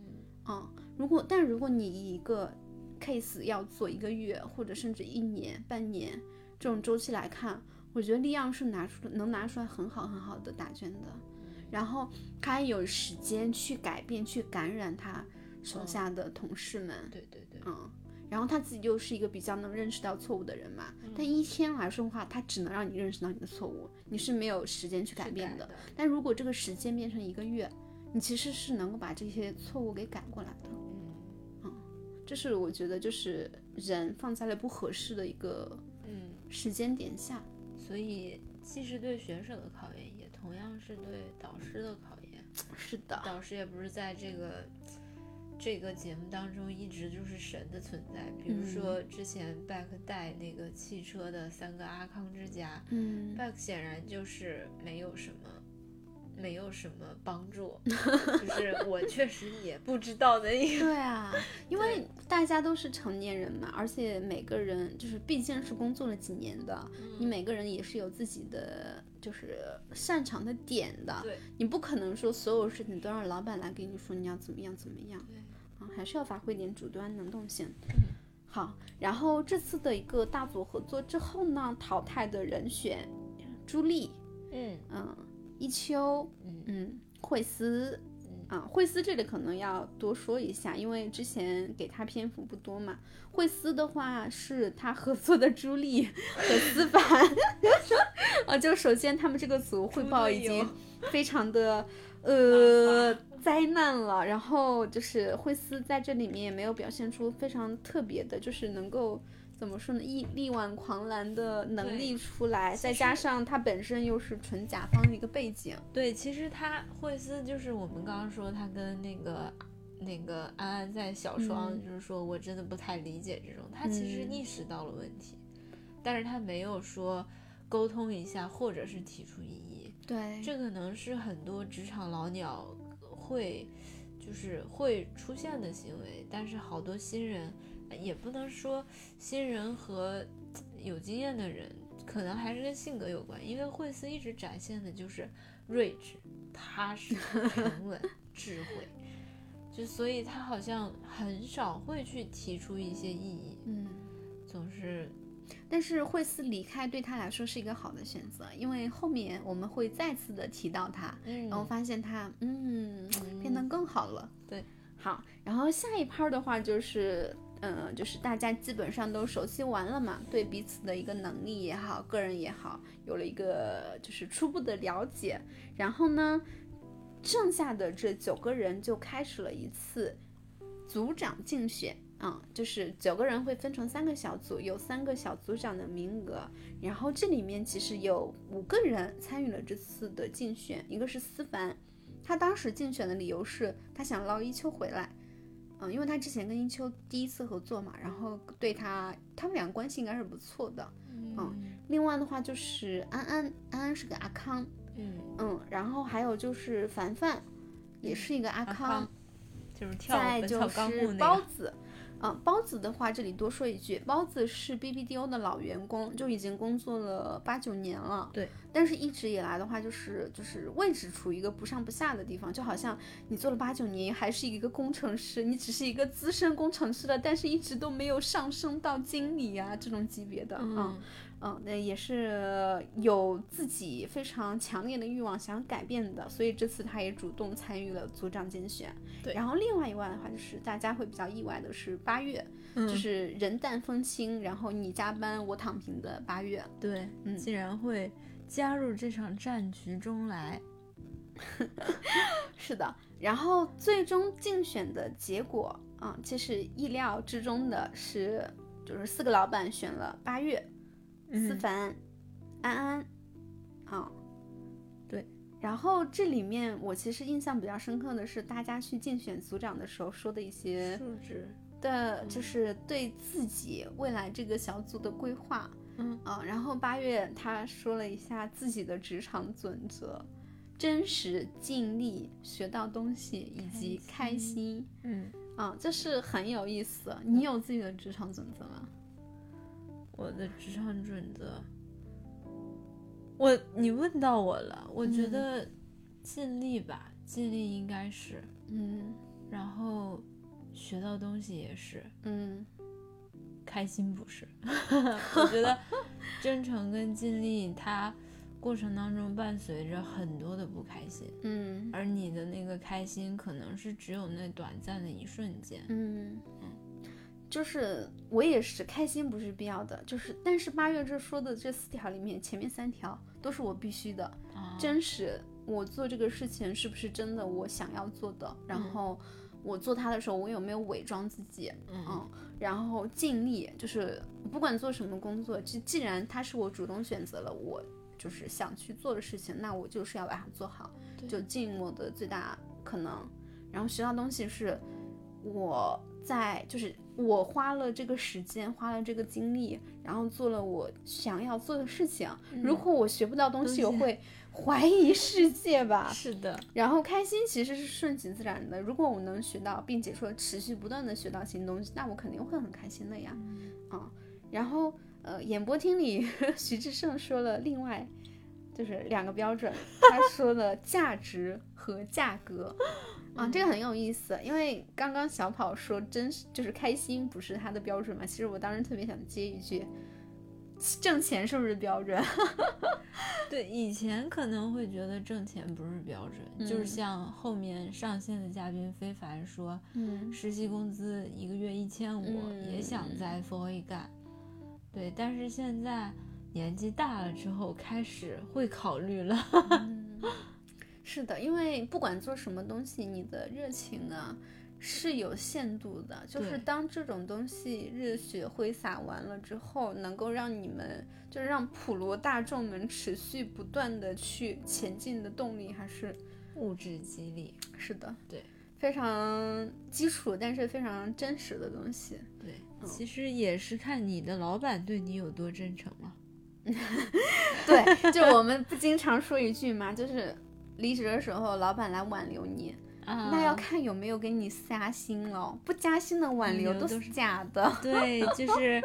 [SPEAKER 1] 嗯，如果但如果你以一个 case 要做一个月或者甚至一年、半年这种周期来看，我觉得力量是拿出能拿出来很好很好的答卷的，然后他也有时间去改变、去感染他手下的同事们，
[SPEAKER 2] 对对对，
[SPEAKER 1] 嗯。然后他自己又是一个比较能认识到错误的人嘛，但一天来说的话，他只能让你认识到你的错误，你是没有时间去改
[SPEAKER 2] 是
[SPEAKER 1] 变
[SPEAKER 2] 改
[SPEAKER 1] 的。
[SPEAKER 2] 的。
[SPEAKER 1] 但如果这个时间变成一个月，你其实是能够把这些错误给改过来的。
[SPEAKER 2] 嗯
[SPEAKER 1] 这是我觉得就是人放在了不合适的一个
[SPEAKER 2] 嗯。
[SPEAKER 1] 时间点下。
[SPEAKER 2] 所以，既是对学生的考验，也同样是对导师的考验。
[SPEAKER 1] 是的，
[SPEAKER 2] 导师也不是在这个这个节目当中一直就是神的存在。比
[SPEAKER 1] 嗯
[SPEAKER 2] 如说之前 Back 带那个汽车的三个阿康之家、
[SPEAKER 1] 嗯
[SPEAKER 2] b，a c k 显然就是没有什么。没有什么帮 助，就是我确实也不知道的一个。
[SPEAKER 1] 对啊，因为大家都是成年人嘛，而且每个人就是毕竟是工作了几年的，
[SPEAKER 2] 嗯
[SPEAKER 1] 你每个人也是有自己的就是擅长的点的，
[SPEAKER 2] 对
[SPEAKER 1] 你不可能说所有事情都让老板来给你说你要怎么样怎么样。
[SPEAKER 2] 对，
[SPEAKER 1] 啊，还是要发挥点主观能动性
[SPEAKER 2] 嗯。
[SPEAKER 1] 好，然后这次的一个大组合作之后呢，淘汰的人选朱莉，
[SPEAKER 2] 嗯
[SPEAKER 1] 嗯，一秋，
[SPEAKER 2] 嗯
[SPEAKER 1] 嗯，惠思
[SPEAKER 2] 嗯，
[SPEAKER 1] 啊，惠思这里可能要多说一下，因为之前给她篇幅不多嘛。惠思的话是她合作的朱莉和思凡， 啊，就首先他们这个组汇
[SPEAKER 2] 猪
[SPEAKER 1] 报
[SPEAKER 2] 队
[SPEAKER 1] 已
[SPEAKER 2] 友
[SPEAKER 1] 经非常的 呃灾难了，然后就是惠斯在这里面也没有表现出非常特别的，就是能够。怎么说呢？力力挽狂澜的能
[SPEAKER 2] 对
[SPEAKER 1] 力出来，再加上他本身又是纯甲方的一个背景，
[SPEAKER 2] 对，其实他惠斯就是我们刚刚说他跟那个那个安安在小双，
[SPEAKER 1] 嗯
[SPEAKER 2] 就是说我真的不太理解这种，他其实
[SPEAKER 1] 嗯
[SPEAKER 2] 意识到了问题，但是他没有说沟通一下，或者是提出异议。
[SPEAKER 1] 对，
[SPEAKER 2] 这可能是很多职场老鸟会就是会出现的行为，但是好多新人呃也不能说新人和有经验的人，可能还是跟性格有关，因为惠斯一直展现的就是睿智、踏实、沉稳、智慧。就所以他好像很少会去提出一些异议，
[SPEAKER 1] 嗯。
[SPEAKER 2] 总是
[SPEAKER 1] 但是惠斯离开对他来说是一个好的选择，因为后面我们会再次的提到他，
[SPEAKER 2] 嗯
[SPEAKER 1] 然后发现他嗯变得更好了。
[SPEAKER 2] 对，
[SPEAKER 1] 好，然后下一 part 的话就是。嗯，就是大家基本上都熟悉完了嘛，对彼此的一个能力也好，个人也好，有了一个就是初步的了解。然后呢，剩下的这九个人就开始了一次组长竞选。嗯，就是九个人会分成三个小组，有三个小组长的名额。然后这里面其实有五个人参与了这次的竞选，一个是思凡，他当时竞选的理由是他想捞一秋回来，嗯，因为他之前跟一秋第一次合作嘛，然后对他他们俩关系应该是不错的。哦
[SPEAKER 2] 嗯
[SPEAKER 1] 另外的话就是安安，安安是个阿康，
[SPEAKER 2] 嗯
[SPEAKER 1] 嗯，然后还有就是凡凡，也是一个阿
[SPEAKER 2] 阿
[SPEAKER 1] 康，
[SPEAKER 2] 康就是跳《
[SPEAKER 1] 再
[SPEAKER 2] 本
[SPEAKER 1] 就
[SPEAKER 2] 草纲目
[SPEAKER 1] 是》
[SPEAKER 2] 那
[SPEAKER 1] 包
[SPEAKER 2] 个，
[SPEAKER 1] 子，嗯、包子的话，这里多说一句，包子是 BBDO 的老员工，就已经工作了八九年了。
[SPEAKER 2] 对，
[SPEAKER 1] 但是一直以来的话，就是就是位置处于一个不上不下的地方，就好像你做了八九年，还是一个工程师，你只是一个资深工程师了，但是一直都没有上升到经理啊这种级别的，嗯
[SPEAKER 2] 嗯
[SPEAKER 1] 嗯，那也是有自己非常强烈的欲望想改变的，所以这次他也主动参与了组长竞选。
[SPEAKER 2] 对
[SPEAKER 1] 然后另外一外的话，就是大家会比较意外的是八月，就
[SPEAKER 2] 嗯
[SPEAKER 1] 是人淡风轻，然后你加班我躺平的八月。
[SPEAKER 2] 对，
[SPEAKER 1] 嗯
[SPEAKER 2] 竟然会加入这场战局中来，
[SPEAKER 1] 是的，然后最终竞选的结果啊、其实意料之中的是，就是四个老板选了八月，思
[SPEAKER 2] 嗯
[SPEAKER 1] 凡、安安，啊、
[SPEAKER 2] 对。
[SPEAKER 1] 然后这里面我其实印象比较深刻的是，大家去竞选组长的时候说的一些
[SPEAKER 2] 数值，
[SPEAKER 1] 的，
[SPEAKER 2] 嗯
[SPEAKER 1] 就是对自己未来这个小组的规划。
[SPEAKER 2] 嗯
[SPEAKER 1] 啊、然后八月他说了一下自己的职场准则：真实、尽力、学到东西以及开
[SPEAKER 2] 开心
[SPEAKER 1] 心。
[SPEAKER 2] 嗯，
[SPEAKER 1] 啊、这是很有意思。你有自己的职场准则吗？
[SPEAKER 2] 我的职场准则，我你问到我了，我觉
[SPEAKER 1] 嗯
[SPEAKER 2] 得尽力吧，尽力应该是，
[SPEAKER 1] 嗯
[SPEAKER 2] 然后学到东西也是，
[SPEAKER 1] 嗯
[SPEAKER 2] 开心不是？ 我觉 得真诚跟尽力，它过程当中伴随着很多的不开心，
[SPEAKER 1] 嗯
[SPEAKER 2] 而你的那个开心可能是只有那短暂的一瞬间。
[SPEAKER 1] 嗯，就是我也是开心不是必要的，就是但是八月这说的这四条里面，前面三条都是我必须的，
[SPEAKER 2] 啊，
[SPEAKER 1] 真实，我做这个事情是不是真的我想要做的？然
[SPEAKER 2] 嗯
[SPEAKER 1] 后我做它的时候，我有没有伪装自己？
[SPEAKER 2] 嗯
[SPEAKER 1] 嗯，然后尽力，就是不管做什么工作，既既然它是我主动选择了，我就是想去做的事情，那我就是要把它做好，
[SPEAKER 2] 对
[SPEAKER 1] 就尽我的最大可能。然后学到东西是我在，就是我花了这个时间，花了这个精力，然后做了我想要做的事情。
[SPEAKER 2] 嗯
[SPEAKER 1] 如果我学不到东西，
[SPEAKER 2] 东
[SPEAKER 1] 我
[SPEAKER 2] 西
[SPEAKER 1] 会怀疑世界吧。
[SPEAKER 2] 是的，
[SPEAKER 1] 然后开心其实是顺其自然的。如果我能学到，并且说持续不断的学到新东西，那我肯定会很开心的呀。
[SPEAKER 2] 嗯
[SPEAKER 1] 啊，然后呃，演播厅里 徐志胜说了另外就是两个标准，他说了价值和价格。啊，
[SPEAKER 2] 嗯
[SPEAKER 1] 这个很有意思，因为刚刚小跑说真是就是开心不是他的标准嘛，其实我当时特别想接一句，挣钱是不是标准？
[SPEAKER 2] 对，以前可能会觉得挣钱不是标准，就是
[SPEAKER 1] 嗯
[SPEAKER 2] 像后面上线的嘉宾非凡说，
[SPEAKER 1] 嗯
[SPEAKER 2] 实习工资一个月一千五，也想
[SPEAKER 1] 嗯
[SPEAKER 2] 在 f o a 干。对，但是现在年纪大了之后，开始会考虑了。
[SPEAKER 1] 嗯，是的，因为不管做什么东西，你的热情啊是有限度的。就是
[SPEAKER 2] 对
[SPEAKER 1] 当这种东西热血挥洒完了之后，能够让你们就是让普罗大众们持续不断的去前进的动力，还是
[SPEAKER 2] 物质激励，
[SPEAKER 1] 是的，
[SPEAKER 2] 对，
[SPEAKER 1] 非常基础但是非常真 实的东西。
[SPEAKER 2] 嗯对，其实也是看你的老板对你有多真诚了。
[SPEAKER 1] 对，就我们不经常说一句嘛，就是离职的时候，老板来挽留你，
[SPEAKER 2] 啊
[SPEAKER 1] 那
[SPEAKER 2] 嗯
[SPEAKER 1] 要看有没有给你加薪哦，不加薪的挽留
[SPEAKER 2] 挽留
[SPEAKER 1] 都
[SPEAKER 2] 嗯都
[SPEAKER 1] 是
[SPEAKER 2] 是
[SPEAKER 1] 假的。
[SPEAKER 2] 对，就是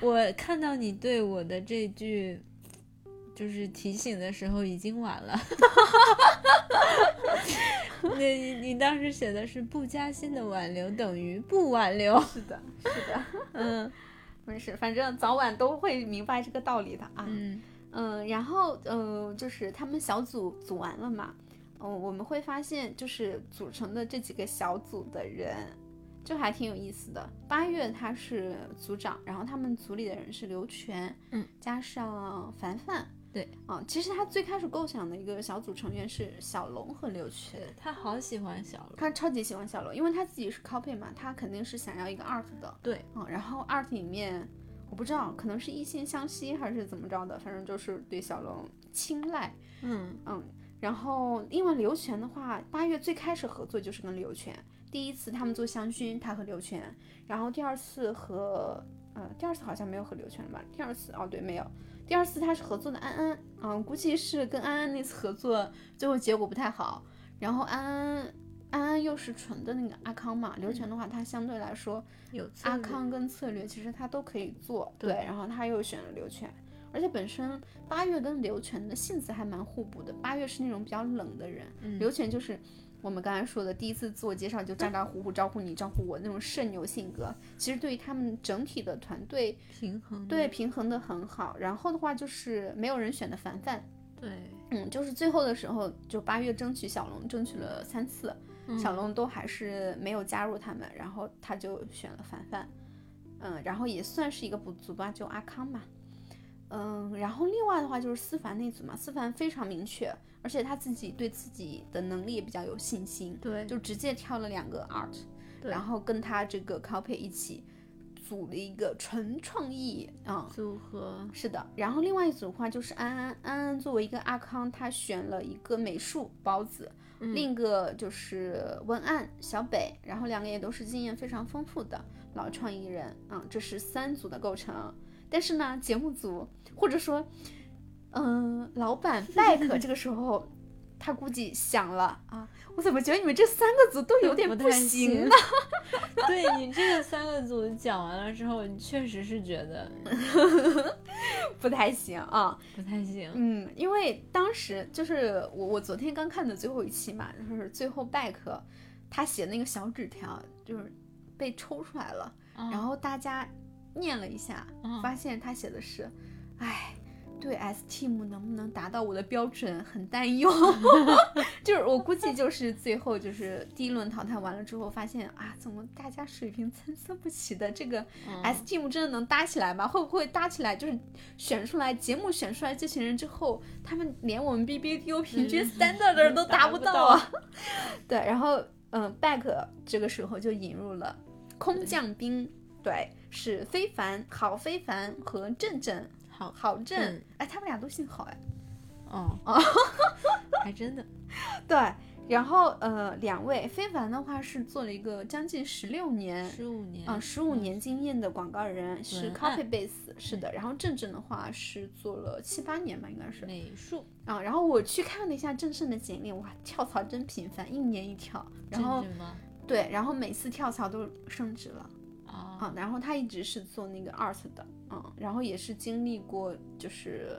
[SPEAKER 2] 我看到你对我的这句就是提醒的时候，已经晚了。那你你当时写的是不加薪的挽留等于不挽留，
[SPEAKER 1] 是的，是 的，
[SPEAKER 2] 嗯
[SPEAKER 1] 没事，反正早晚都会明白这个道理的啊。
[SPEAKER 2] 嗯
[SPEAKER 1] 嗯，然后呃，就是他们小组组完了嘛，嗯、我们会发现就是组成的这几个小组的人，就还挺有意思的。八月他是组长，然后他们组里的人是刘全，
[SPEAKER 2] 嗯，
[SPEAKER 1] 加上凡凡，
[SPEAKER 2] 对，
[SPEAKER 1] 啊、其实他最开始构想的一个小组成员是小龙和刘全。
[SPEAKER 2] 他好喜欢小龙，
[SPEAKER 1] 他超级喜欢小龙，因为他自己是 copy 嘛，他肯定是想要一个 art 的，
[SPEAKER 2] 对，
[SPEAKER 1] 嗯，然后 art 里面我不知道，可能是异性相吸还是怎么着的，反正就是对小龙青睐。
[SPEAKER 2] 嗯
[SPEAKER 1] 嗯，然后因为刘全的话，八月最开始合作就是跟刘全，第一次他们做香薰，他和刘全，然后第二次和呃第二次好像没有和刘全了吧？第二次哦对没有。第二次他是合作的安安，嗯，估计是跟安安那次合作最后结果不太好，然后安安安安又是纯的那个阿康嘛，刘全的话他相对来说
[SPEAKER 2] 有策
[SPEAKER 1] 阿
[SPEAKER 2] 略
[SPEAKER 1] 康跟策略其实他都可以做，嗯
[SPEAKER 2] 对
[SPEAKER 1] 对，然后他又选了刘全，而且本身八月跟刘全的性子还蛮互补的，八月是那种比较冷的人，
[SPEAKER 2] 嗯
[SPEAKER 1] 刘全就是我们刚才说的第一次自我介绍就咋咋呼呼招呼你招呼我那种社牛性格，其实对于他们整体的团队
[SPEAKER 2] 平衡的
[SPEAKER 1] 对平衡的很好，然后的话就是没有人选的凡凡，
[SPEAKER 2] 对，
[SPEAKER 1] 嗯，就是最后的时候，就八月争取小龙，争取了三次，小龙都还是没有加入他们，然后他就选了凡凡，嗯，然后也算是一个补足吧，就阿康吧，嗯，然后另外的话就是思凡那组嘛，思凡非常明确，而且他自己对自己的能力也比较有信心，
[SPEAKER 2] 对
[SPEAKER 1] 就直接挑了两个 art，
[SPEAKER 2] 对
[SPEAKER 1] 然后跟他这个 copy 一起组了一个纯创意，嗯，
[SPEAKER 2] 组合，
[SPEAKER 1] 是的，然后另外一组的话就是安安，安安作为一个阿康，他选了一个美术包子，另一个就是文案小北，然后两个也都是经验非常丰富的老创意人，嗯，这是三组的构成。但是呢，节目组或者说，嗯、老板 back 这个时候，他估计想了啊，我怎么觉得你们这三个组都 有点
[SPEAKER 2] 不太
[SPEAKER 1] 行啊呢？
[SPEAKER 2] 行 对你这个三个组讲完了之后，你确实是觉得
[SPEAKER 1] 不太行啊，
[SPEAKER 2] 不太行，
[SPEAKER 1] 嗯，因为当时就是我我昨天刚看的最后一期嘛，就是最后拜克他写那个小纸条，就是被抽出来了，嗯然后大家念了一下，
[SPEAKER 2] 嗯
[SPEAKER 1] 发现他写的是，哎。对 S Team 能不能达到我的标准很担忧， 就是我估计就是最后就是第一轮淘汰完了之后，发现啊，怎么大家水平参差不齐的？这个
[SPEAKER 2] 嗯
[SPEAKER 1] S Team 真的能搭起来吗？会不会搭起来？就是选出来节目选出来这群人之后，他们连我们 BBDO 平均
[SPEAKER 2] 嗯
[SPEAKER 1] standard 的都达
[SPEAKER 2] 达
[SPEAKER 1] 不
[SPEAKER 2] 不
[SPEAKER 1] 到 啊！ 对，然后嗯，Back 这个时候就引入了空降兵，对，是非凡、郝非凡和郑郑、
[SPEAKER 2] 好，
[SPEAKER 1] 郝郑，
[SPEAKER 2] 嗯
[SPEAKER 1] 哎，他们俩都姓郝哎。
[SPEAKER 2] 哦， 还真的，
[SPEAKER 1] 对，然后呃，两位非凡的话是做了一个将近十六年，
[SPEAKER 2] 十五年，
[SPEAKER 1] 嗯，十五年经验的广告人是
[SPEAKER 2] 文
[SPEAKER 1] copy
[SPEAKER 2] 案
[SPEAKER 1] base，是的。然后郑郑的话是做了七八年吧，应该是
[SPEAKER 2] 美术，
[SPEAKER 1] 啊。然后我去看了一下郑郑的简历，哇，跳槽真频繁，一年一跳。然后
[SPEAKER 2] 政治吗？
[SPEAKER 1] 对，然后每次跳槽都升职了
[SPEAKER 2] 啊，
[SPEAKER 1] 啊。然后他一直是做那个 art 的，嗯，然后也是经历过就是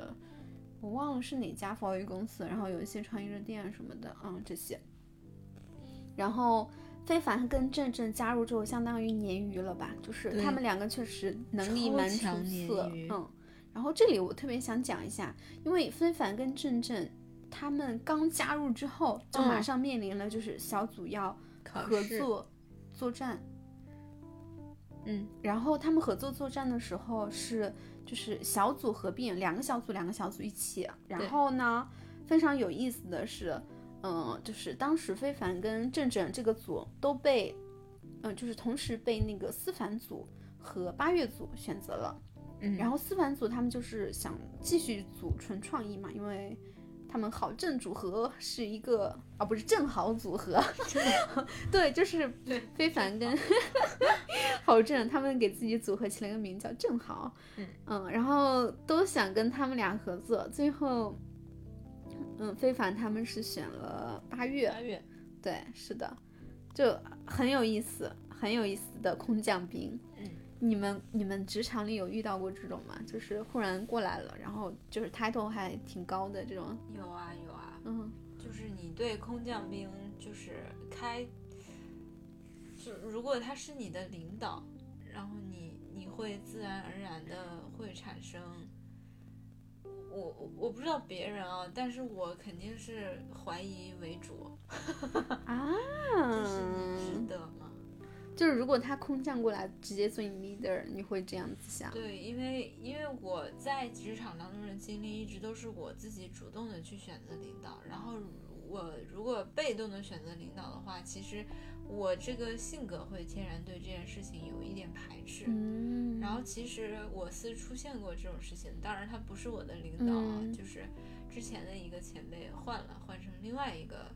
[SPEAKER 1] 我忘了是哪家法律公司，然后有一些创意热店什么的，嗯，这些。然后非凡跟郑郑加入之后，相当于鲶鱼了吧？就是
[SPEAKER 2] 对
[SPEAKER 1] 他们两个确实能力
[SPEAKER 2] 超
[SPEAKER 1] 蛮出
[SPEAKER 2] 强鲶
[SPEAKER 1] 色，
[SPEAKER 2] 鱼
[SPEAKER 1] 嗯。然后这里我特别想讲一下，因为非凡跟郑郑他们刚加入之后，就马
[SPEAKER 2] 嗯
[SPEAKER 1] 上面临了就是小组要
[SPEAKER 2] 考
[SPEAKER 1] 合
[SPEAKER 2] 试
[SPEAKER 1] 作作战，
[SPEAKER 2] 嗯，
[SPEAKER 1] 然后他们合作作战的时候是就是小组合并，两个小组两个小组一起。然后呢，非常有意思的是，嗯、就是当时非凡跟郑郑这个组都被，嗯、就是同时被那个思凡组和八月组选择了。
[SPEAKER 2] 嗯
[SPEAKER 1] 然后思凡组他们就是想继续组纯创意嘛，因为他们好正组合是一个啊， 不是正好组合，对，就是非凡跟好正，他们给自己组合起了一个名叫正好，
[SPEAKER 2] 嗯
[SPEAKER 1] 然后都想跟他们俩合作，最后，嗯，非凡他们是选了八月，
[SPEAKER 2] 八月，
[SPEAKER 1] 对，是的，就很有意思，很有意思的空降兵。
[SPEAKER 2] 嗯
[SPEAKER 1] 你们你们职场里有遇到过这种吗？就是忽然过来了，然后就是 title 还挺高的这种，
[SPEAKER 2] 有啊有啊，
[SPEAKER 1] 嗯
[SPEAKER 2] 就是你对空降兵就是开，就如果他是你的领导，然后你你会自然而然的会产生，我我我不知道别人啊，但是我肯定是怀疑为主，
[SPEAKER 1] 啊，
[SPEAKER 2] 就是
[SPEAKER 1] 嗯
[SPEAKER 2] 你值得吗？
[SPEAKER 1] 就是如果他空降过来直接做你 leader，你会这样子想？
[SPEAKER 2] 对，因为因为我在职场当中的经历一直都是我自己主动的去选择领导，然后我如果被动的选择领导的话，其实我这个性格会天然对这件事情有一点排斥。
[SPEAKER 1] 嗯，
[SPEAKER 2] 然后其实我是出现过这种事情，当然他不是我的领导啊，
[SPEAKER 1] 嗯
[SPEAKER 2] 就是之前的一个前辈换了，换成另外一个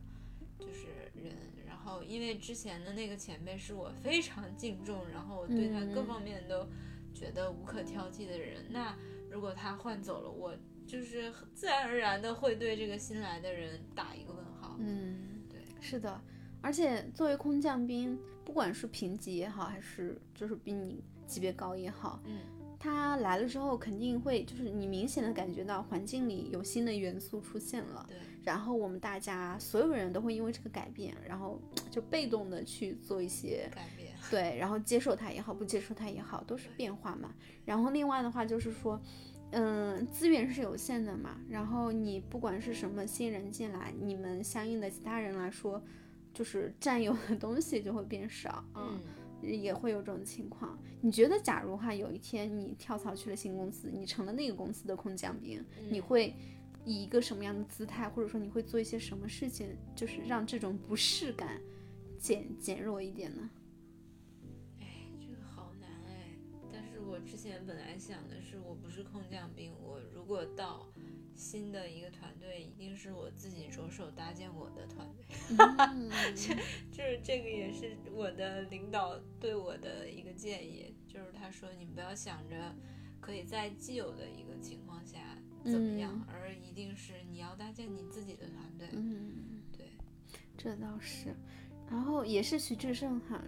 [SPEAKER 2] 就是人。然后因为之前的那个前辈是我非常敬重，然后我对他各
[SPEAKER 1] 嗯
[SPEAKER 2] 方面都觉得无可挑剔的人，那如果他换走了我，就是很自然而然的会对这个新来的人打一个问号。
[SPEAKER 1] 嗯，
[SPEAKER 2] 对，
[SPEAKER 1] 是的，而且作为空降兵，不管是平级也好，还是就是比你级别高也好，
[SPEAKER 2] 嗯，
[SPEAKER 1] 他来了之后，肯定会就是你明显的感觉到环境里有新的元素出现了，
[SPEAKER 2] 对，
[SPEAKER 1] 然后我们大家所有人都会因为这个改变，然后就被动的去做一些
[SPEAKER 2] 改变。
[SPEAKER 1] 对，然后接受它也好，不接受它也好，都是变化嘛。然后另外的话就是说，嗯，资源是有限的嘛。然后你不管是什么新人进来，你们相应的其他人来说，就是占有的东西就会变少，
[SPEAKER 2] 嗯，
[SPEAKER 1] 也会有这种情况。你觉得，假如哈有一天你跳槽去了新公司，你成了那个公司的空降兵，你
[SPEAKER 2] 嗯
[SPEAKER 1] 会以一个什么样的姿态，或者说你会做一些什么事情，就是让这种不适感减减弱一点呢？
[SPEAKER 2] 哎，这个好难哎！但是我之前本来想的是，我不是空降兵，我如果到新的一个团队，一定是我自己着手搭建我的团队。
[SPEAKER 1] 嗯
[SPEAKER 2] 就是这个也是我的领导对我的一个建议，就是他说你不要想着可以在既有的一个情况下怎么样，而一定是你要搭建你自己的团队。
[SPEAKER 1] 嗯，
[SPEAKER 2] 对，
[SPEAKER 1] 这倒是。然后也是徐志胜哈，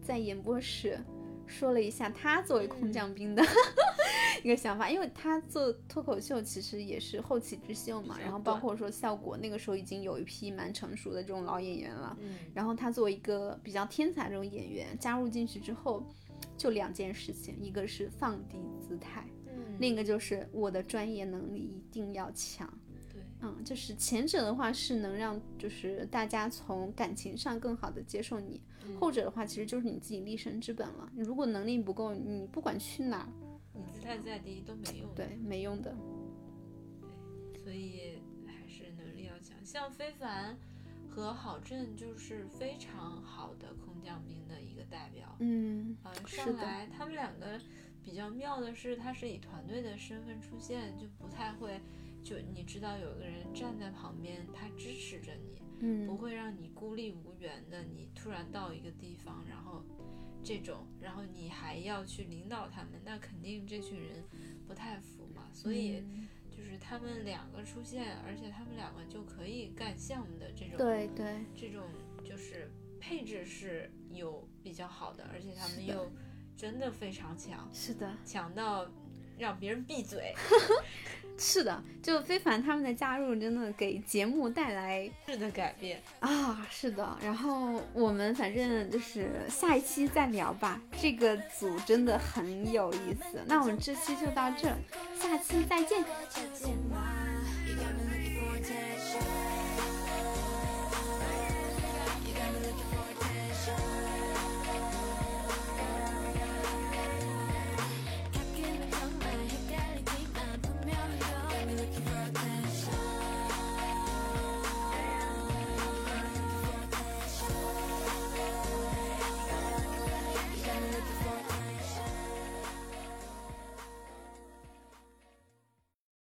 [SPEAKER 1] 在演播时说了一下他作为空降兵的、 一个想法，因为他做脱口秀其实也是后起之秀嘛，
[SPEAKER 2] 较
[SPEAKER 1] 然后包
[SPEAKER 2] 短
[SPEAKER 1] 括说效果，那个时候已经有一批蛮成熟的这种老演员了。
[SPEAKER 2] 嗯，
[SPEAKER 1] 然后他作为一个比较天才这种演员加入进去之后，就两件事情，一个是放低姿态，
[SPEAKER 2] 嗯
[SPEAKER 1] 另一个就是我的专业能力一定要强。
[SPEAKER 2] 对，
[SPEAKER 1] 嗯，就是前者的话是能让就是大家从感情上更好的接受你，后者的话其实就是你自己立身之本了。你如果能力不够，你不管去哪儿，
[SPEAKER 2] 嗯你姿态再低都没用的。
[SPEAKER 1] 对，没用的。
[SPEAKER 2] 所以还是能力要强。像非凡和郝震就是非常好的空降兵的一个代表。
[SPEAKER 1] 嗯
[SPEAKER 2] 呃，
[SPEAKER 1] 是
[SPEAKER 2] 上
[SPEAKER 1] 的
[SPEAKER 2] 来他们两个比较妙的是，他是以团队的身份出现，就不太会，就你知道有个人站在旁边，他支持着你，不
[SPEAKER 1] 嗯，
[SPEAKER 2] 会让你孤立无援的。你突然到一个地方，然后这种，然后你还要去领导他们，那肯定这群人不太服嘛。所以。
[SPEAKER 1] 嗯
[SPEAKER 2] 就是他们两个出现，而且他们两个就可以干项目的这种，
[SPEAKER 1] 对对，
[SPEAKER 2] 这种就是配置是有比较好的，而且他
[SPEAKER 1] 是
[SPEAKER 2] 们
[SPEAKER 1] 的
[SPEAKER 2] 又真的非常强，
[SPEAKER 1] 是的，
[SPEAKER 2] 强到让别人闭嘴。
[SPEAKER 1] 是的。就非凡他们的加入，真的给节目带来
[SPEAKER 2] 质的改变，
[SPEAKER 1] 啊，是的。然后我们反正就是下一期再聊吧，这个组真的很有意思。那我们这期就到这儿，下期再见。
[SPEAKER 3] 再见吧。